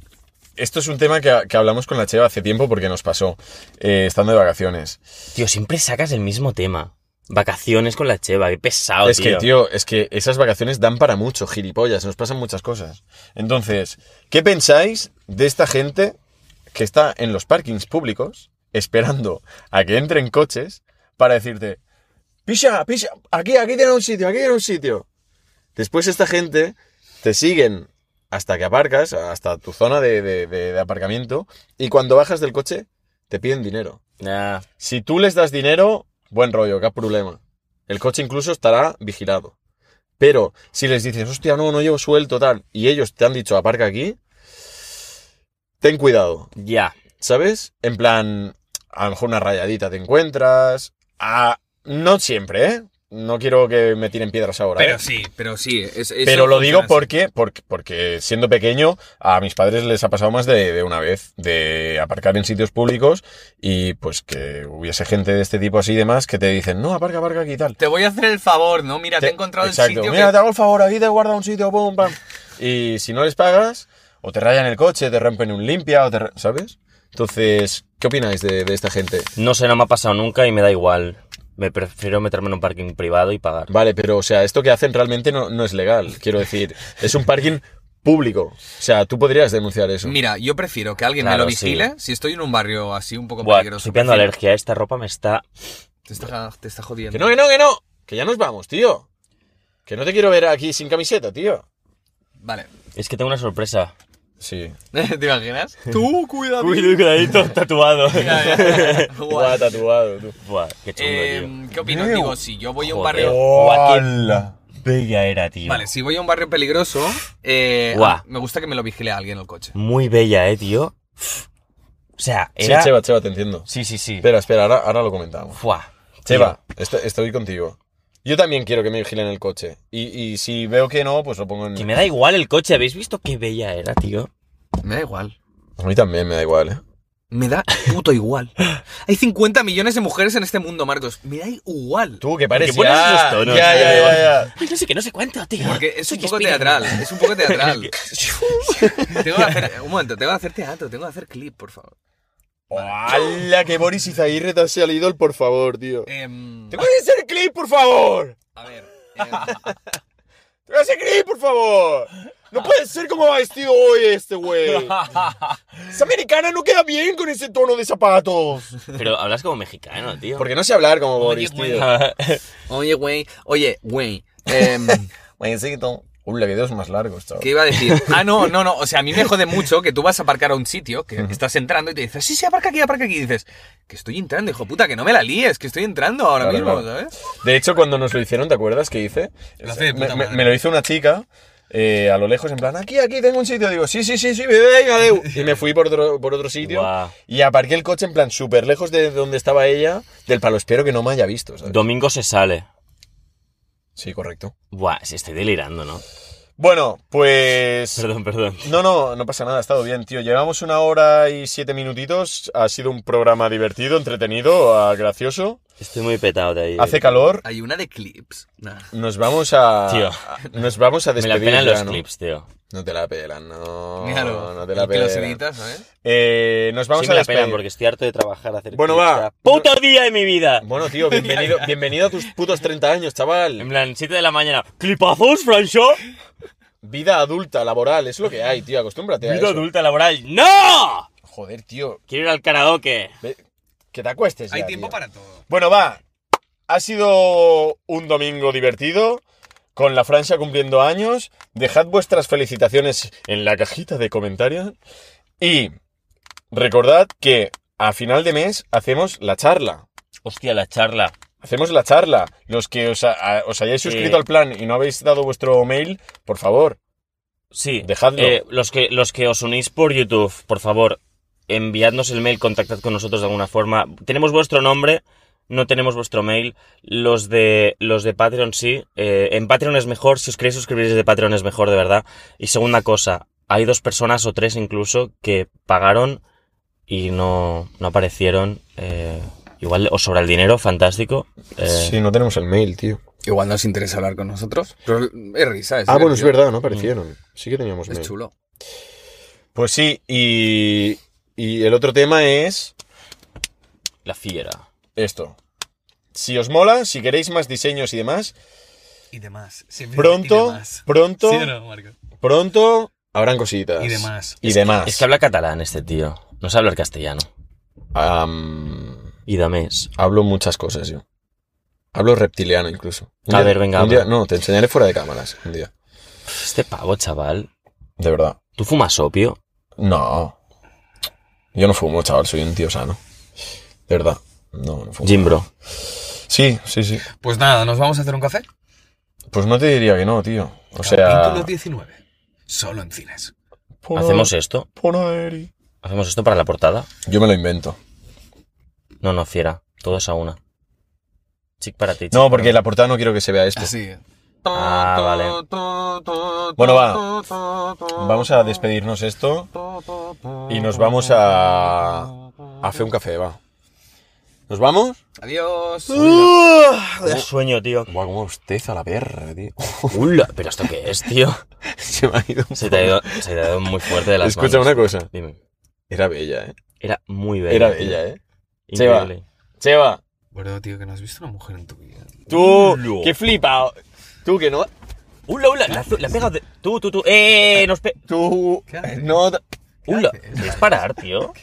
S1: esto es un tema que, que hablamos con la Cheva hace tiempo porque nos pasó, eh, estando de vacaciones.
S2: Tío, siempre sacas el mismo tema. Vacaciones con la cheva, qué pesado,
S1: es que, tío, es que esas vacaciones dan para mucho, gilipollas, nos pasan muchas cosas. Entonces, ¿qué pensáis de esta gente que está en los parkings públicos esperando a que entren coches para decirte, pisa, pisa, aquí, aquí tiene un sitio, aquí tiene un sitio? Después esta gente te siguen hasta que aparcas, hasta tu zona de, de- de- de aparcamiento, y cuando bajas del coche te piden dinero.
S2: Ah,
S1: Si tú les das dinero, buen rollo, qué problema. El coche incluso estará vigilado. Pero si les dices, hostia, no, no llevo suelto, tal, y ellos te han dicho, aparca aquí, ten cuidado,
S2: ya.
S1: ¿sabes? En plan, a lo mejor una rayadita te encuentras. a- No siempre, ¿eh? No quiero que me tiren piedras ahora. ¿eh?
S3: Pero sí, pero sí. es- eso
S1: Pero lo digo
S3: funciona así.
S1: porque, porque, porque siendo pequeño, a mis padres les ha pasado más de, de una vez de aparcar en sitios públicos y pues que hubiese gente de este tipo así y demás que te dicen, no, aparca, aparca aquí y tal.
S3: Te voy a hacer el favor, ¿no? Mira, te, he encontrado
S1: Exacto.
S3: el sitio.
S1: Mira,
S3: que-
S1: te hago el favor, aquí te guarda un sitio, pum, pam. Y si no les pagas, o te rayan el coche, te rompen un limpia, o te... ra- ¿sabes? Entonces, ¿qué opináis de, de esta gente?
S2: No sé, no me ha pasado nunca y me da igual. Me prefiero meterme en un parking privado y pagar.
S1: Vale, pero, o sea, esto que hacen realmente no, no es legal. Quiero decir, es un parking público. O sea, tú podrías denunciar eso.
S3: Mira, yo prefiero que alguien me
S2: Claro,
S3: lo vigile. Si estoy en un barrio así un poco
S2: Buah,
S3: peligroso.
S2: estoy pillando
S3: prefiero-
S2: alergia. ¿eh? Esta ropa me está...
S3: Te está, te está jodiendo.
S1: Que no, que no, que no. Que ya nos vamos, tío. Que no te quiero ver aquí sin camiseta, tío.
S3: Vale.
S2: Es que tengo una sorpresa.
S1: Sí.
S3: ¿Te imaginas? Tú, cuidado.
S2: cuidadito, tatuado.
S1: Guau, tatuado, tú.
S2: Buah, qué chulo,
S3: Eh, ¿Qué opinas?
S1: Leo.
S3: Digo, si yo voy a un
S2: Joder.
S3: barrio.
S1: ¡Hola!
S2: tío. Bella era, tío.
S3: Vale, si voy a un barrio peligroso, eh,
S2: Guau.
S3: me gusta que me lo vigile alguien el coche.
S2: Muy bella, eh, tío. O sea,
S1: Sí,
S2: era...
S1: Cheva, Cheva, te entiendo.
S2: sí, sí, sí.
S1: Espera, espera, ahora, ahora lo comentamos.
S2: Buah,
S1: Cheva, est- estoy contigo. Yo también quiero que me vigilen el coche. Y, y si veo que no, pues lo pongo en...
S2: tío, Que me da igual el coche. ¿Habéis visto qué bella era, tío?
S3: Me da igual.
S1: A mí también me da igual, ¿eh?
S3: Me da puto igual. Hay 50 millones de mujeres en este mundo, Marcos. Me da igual.
S1: Tú, que pareces...
S2: pones
S1: ya,
S2: esos tonos,
S1: ya,
S2: tío.
S1: ya, ya, ya.
S2: Ay, no sé qué, no sé cuánto, tío.
S3: Porque es
S2: Soy
S3: un poco
S2: Spiderman.
S3: teatral. Es un poco teatral. tengo que hacer, un momento, tengo que hacer teatro, tengo que hacer clip, por favor.
S1: ¡Hala! Que Boris Izaguirre te ha salido el por favor, tío.
S3: Em,
S1: ¡Te voy a hacer clip, por favor!
S3: a ver. em,
S1: ¡Te voy a hacer clip, por favor! No puede ser como va vestido hoy este güey. Esa americana no queda bien con ese tono de zapatos.
S2: Pero hablas como mexicano, tío.
S1: Porque no sé hablar como
S2: Oye,
S1: Boris,
S2: güey.
S1: tío.
S3: oye, güey. Oye, güey. em,
S1: Buencito. Uy, la videos más largos, chaval.
S3: ¿Qué iba a decir? Ah, no, no, no. O sea, a mí me jode mucho que tú vas a aparcar a un sitio, que estás entrando y te dices, sí, sí, aparca aquí, aparca aquí. Y dices, que estoy entrando, hijo puta, que no me la líes, que estoy entrando ahora
S1: Claro,
S3: mismo,
S1: claro.
S3: ¿sabes?
S1: De hecho, cuando nos lo hicieron, ¿te acuerdas qué hice?
S3: Lo hace de
S1: me,
S3: puta
S1: me-
S3: madre.
S1: me lo hizo una chica. eh, a lo lejos, en plan, aquí, aquí, tengo un sitio. Digo, sí, sí, sí, sí, venga, adeu. Y me fui por otro, por otro sitio
S2: Guau.
S1: y aparqué el coche, en plan, súper lejos de donde estaba ella, del palo. Espero que no me haya visto, ¿sabes?
S2: Domingo se sale.
S1: Sí, correcto.
S2: Buah, sí, estoy delirando, ¿no?
S1: Bueno, pues.
S2: Perdón, perdón.
S1: No, no, no pasa nada, ha estado bien, tío. Llevamos una hora y siete minutitos. Ha sido un programa divertido, entretenido, ah, gracioso.
S2: Estoy muy petado de ahí.
S1: Hace calor.
S3: Hay una de clips. Nah.
S1: Nos vamos a.
S2: Tío.
S1: a- Nos vamos a
S2: Me la
S1: despedir.
S2: pelan
S1: ya,
S2: los
S1: ¿no?
S2: clips, tío.
S1: No te la pelan, no.
S3: Míralo.
S1: No te la
S3: el que los
S1: pelan.
S3: editas, ¿sabes?
S1: Eh, nos vamos
S2: sí
S1: a
S2: me la
S1: despedir.
S2: pelan porque estoy harto de trabajar, hacer
S1: Bueno,
S2: clips
S1: va.
S2: cada ¡Puto día de mi vida!
S1: Bueno, tío, bienvenido, bienvenido a tus putos 30 años,
S2: En
S1: chaval.
S2: plan, 7 de la mañana. ¡Clipazos, Francho!
S1: Vida adulta, laboral, es lo que hay, tío. Acostúmbrate a
S2: Vida
S1: eso.
S2: adulta laboral. ¡No!
S1: Joder, tío.
S2: Quiero ir al karaoke.
S1: ve- que te acuestes
S3: Hay
S1: ya,
S3: tiempo
S1: tío.
S3: para todo.
S1: Bueno, va. Ha sido un domingo divertido, con la Francia cumpliendo años. Dejad vuestras felicitaciones en la cajita de comentarios. Y recordad que a final de mes hacemos la charla.
S2: Hostia, la charla.
S1: Hacemos la charla. Los que os, ha- a- os hayáis suscrito
S2: Eh.
S1: al plan y no habéis dado vuestro mail, por favor.
S2: Sí.
S1: Dejadlo.
S2: Eh, los, que, los que os unís por YouTube, por favor, enviadnos el mail, contactad con nosotros de alguna forma. Tenemos vuestro nombre, no tenemos vuestro mail. Los de, los de Patreon sí. Eh, en Patreon es mejor, si os queréis suscribir desde Patreon es mejor, de verdad. Y segunda cosa, hay dos personas o tres incluso que pagaron y no, no aparecieron. eh, Igual os sobra el dinero, fantástico. Eh,
S1: Sí, no tenemos el mail, tío.
S3: Igual nos interesa hablar con nosotros. Pero es risa. Es
S1: Ah, bueno, es
S3: divertido.
S1: verdad, no aparecieron. Sí que teníamos
S3: Es
S1: mail.
S3: chulo.
S1: Pues sí, y, y el otro tema es
S2: La fiera.
S1: esto. Si os mola, si queréis más diseños y demás,
S3: Y demás.
S1: pronto, pronto,
S3: ¿Sí o no, Marco?
S1: pronto habrán cositas.
S3: Y demás.
S1: Y demás.
S2: Es que habla catalán este tío. No sabe hablar castellano.
S1: Am,
S2: Y damés.
S1: hablo muchas cosas yo. Hablo reptiliano incluso.
S2: A ver, venga,
S1: un día-
S2: habla.
S1: no, te enseñaré fuera de cámaras un día.
S2: Este pavo, chaval.
S1: De verdad.
S2: ¿Tú fumas opio?
S1: No. Yo no fumo, chaval, soy un tío sano. De verdad. No, no fumo.
S2: Jimbro.
S1: Sí, sí, sí.
S3: Pues nada, ¿nos vamos a hacer un café?
S1: Pues no te diría que no, tío. O
S3: Capítulo
S1: sea.
S3: 19. Solo en cines.
S1: Pon a-
S2: ¿Hacemos esto?
S1: pon a Eri.
S2: ¿Hacemos esto para la portada?
S1: Yo me lo invento.
S2: No, no, fiera. Todos a una. Chic para ti. chic
S1: No,
S2: para
S1: porque
S2: mí.
S1: la portada no quiero que se vea esto.
S3: Así.
S2: Ah, vale.
S1: Bueno, va. Vamos a despedirnos esto y nos vamos a. a hacer un café, va. ¿Nos vamos?
S3: Adiós.
S2: Qué sueño, tío.
S1: Buah, cómo bosteza la perra, tío.
S2: Ula, ¿Pero esto qué es, tío?
S1: se me ha ido. un
S2: Se te ha ido, se te ha ido muy fuerte de
S1: poco.
S2: las
S1: Escucha
S2: manos.
S1: una cosa.
S2: Dime.
S1: Era bella, eh.
S2: Era muy bella.
S1: Era
S2: tío.
S1: bella, eh. Cheva.
S2: Increíble.
S1: Cheva,
S3: Bueno, tío, que no has visto una mujer en tu vida.
S1: tú,
S2: Ulo.
S1: que flipa. Tú que no.
S2: Ula, ula, la, la pega de... Tú, tú, tú. ¡Eh, eh, eh! Nos pe...
S1: Tú.
S3: ¿Qué haces?
S1: No.
S2: Ula. ¿Quieres parar, tío?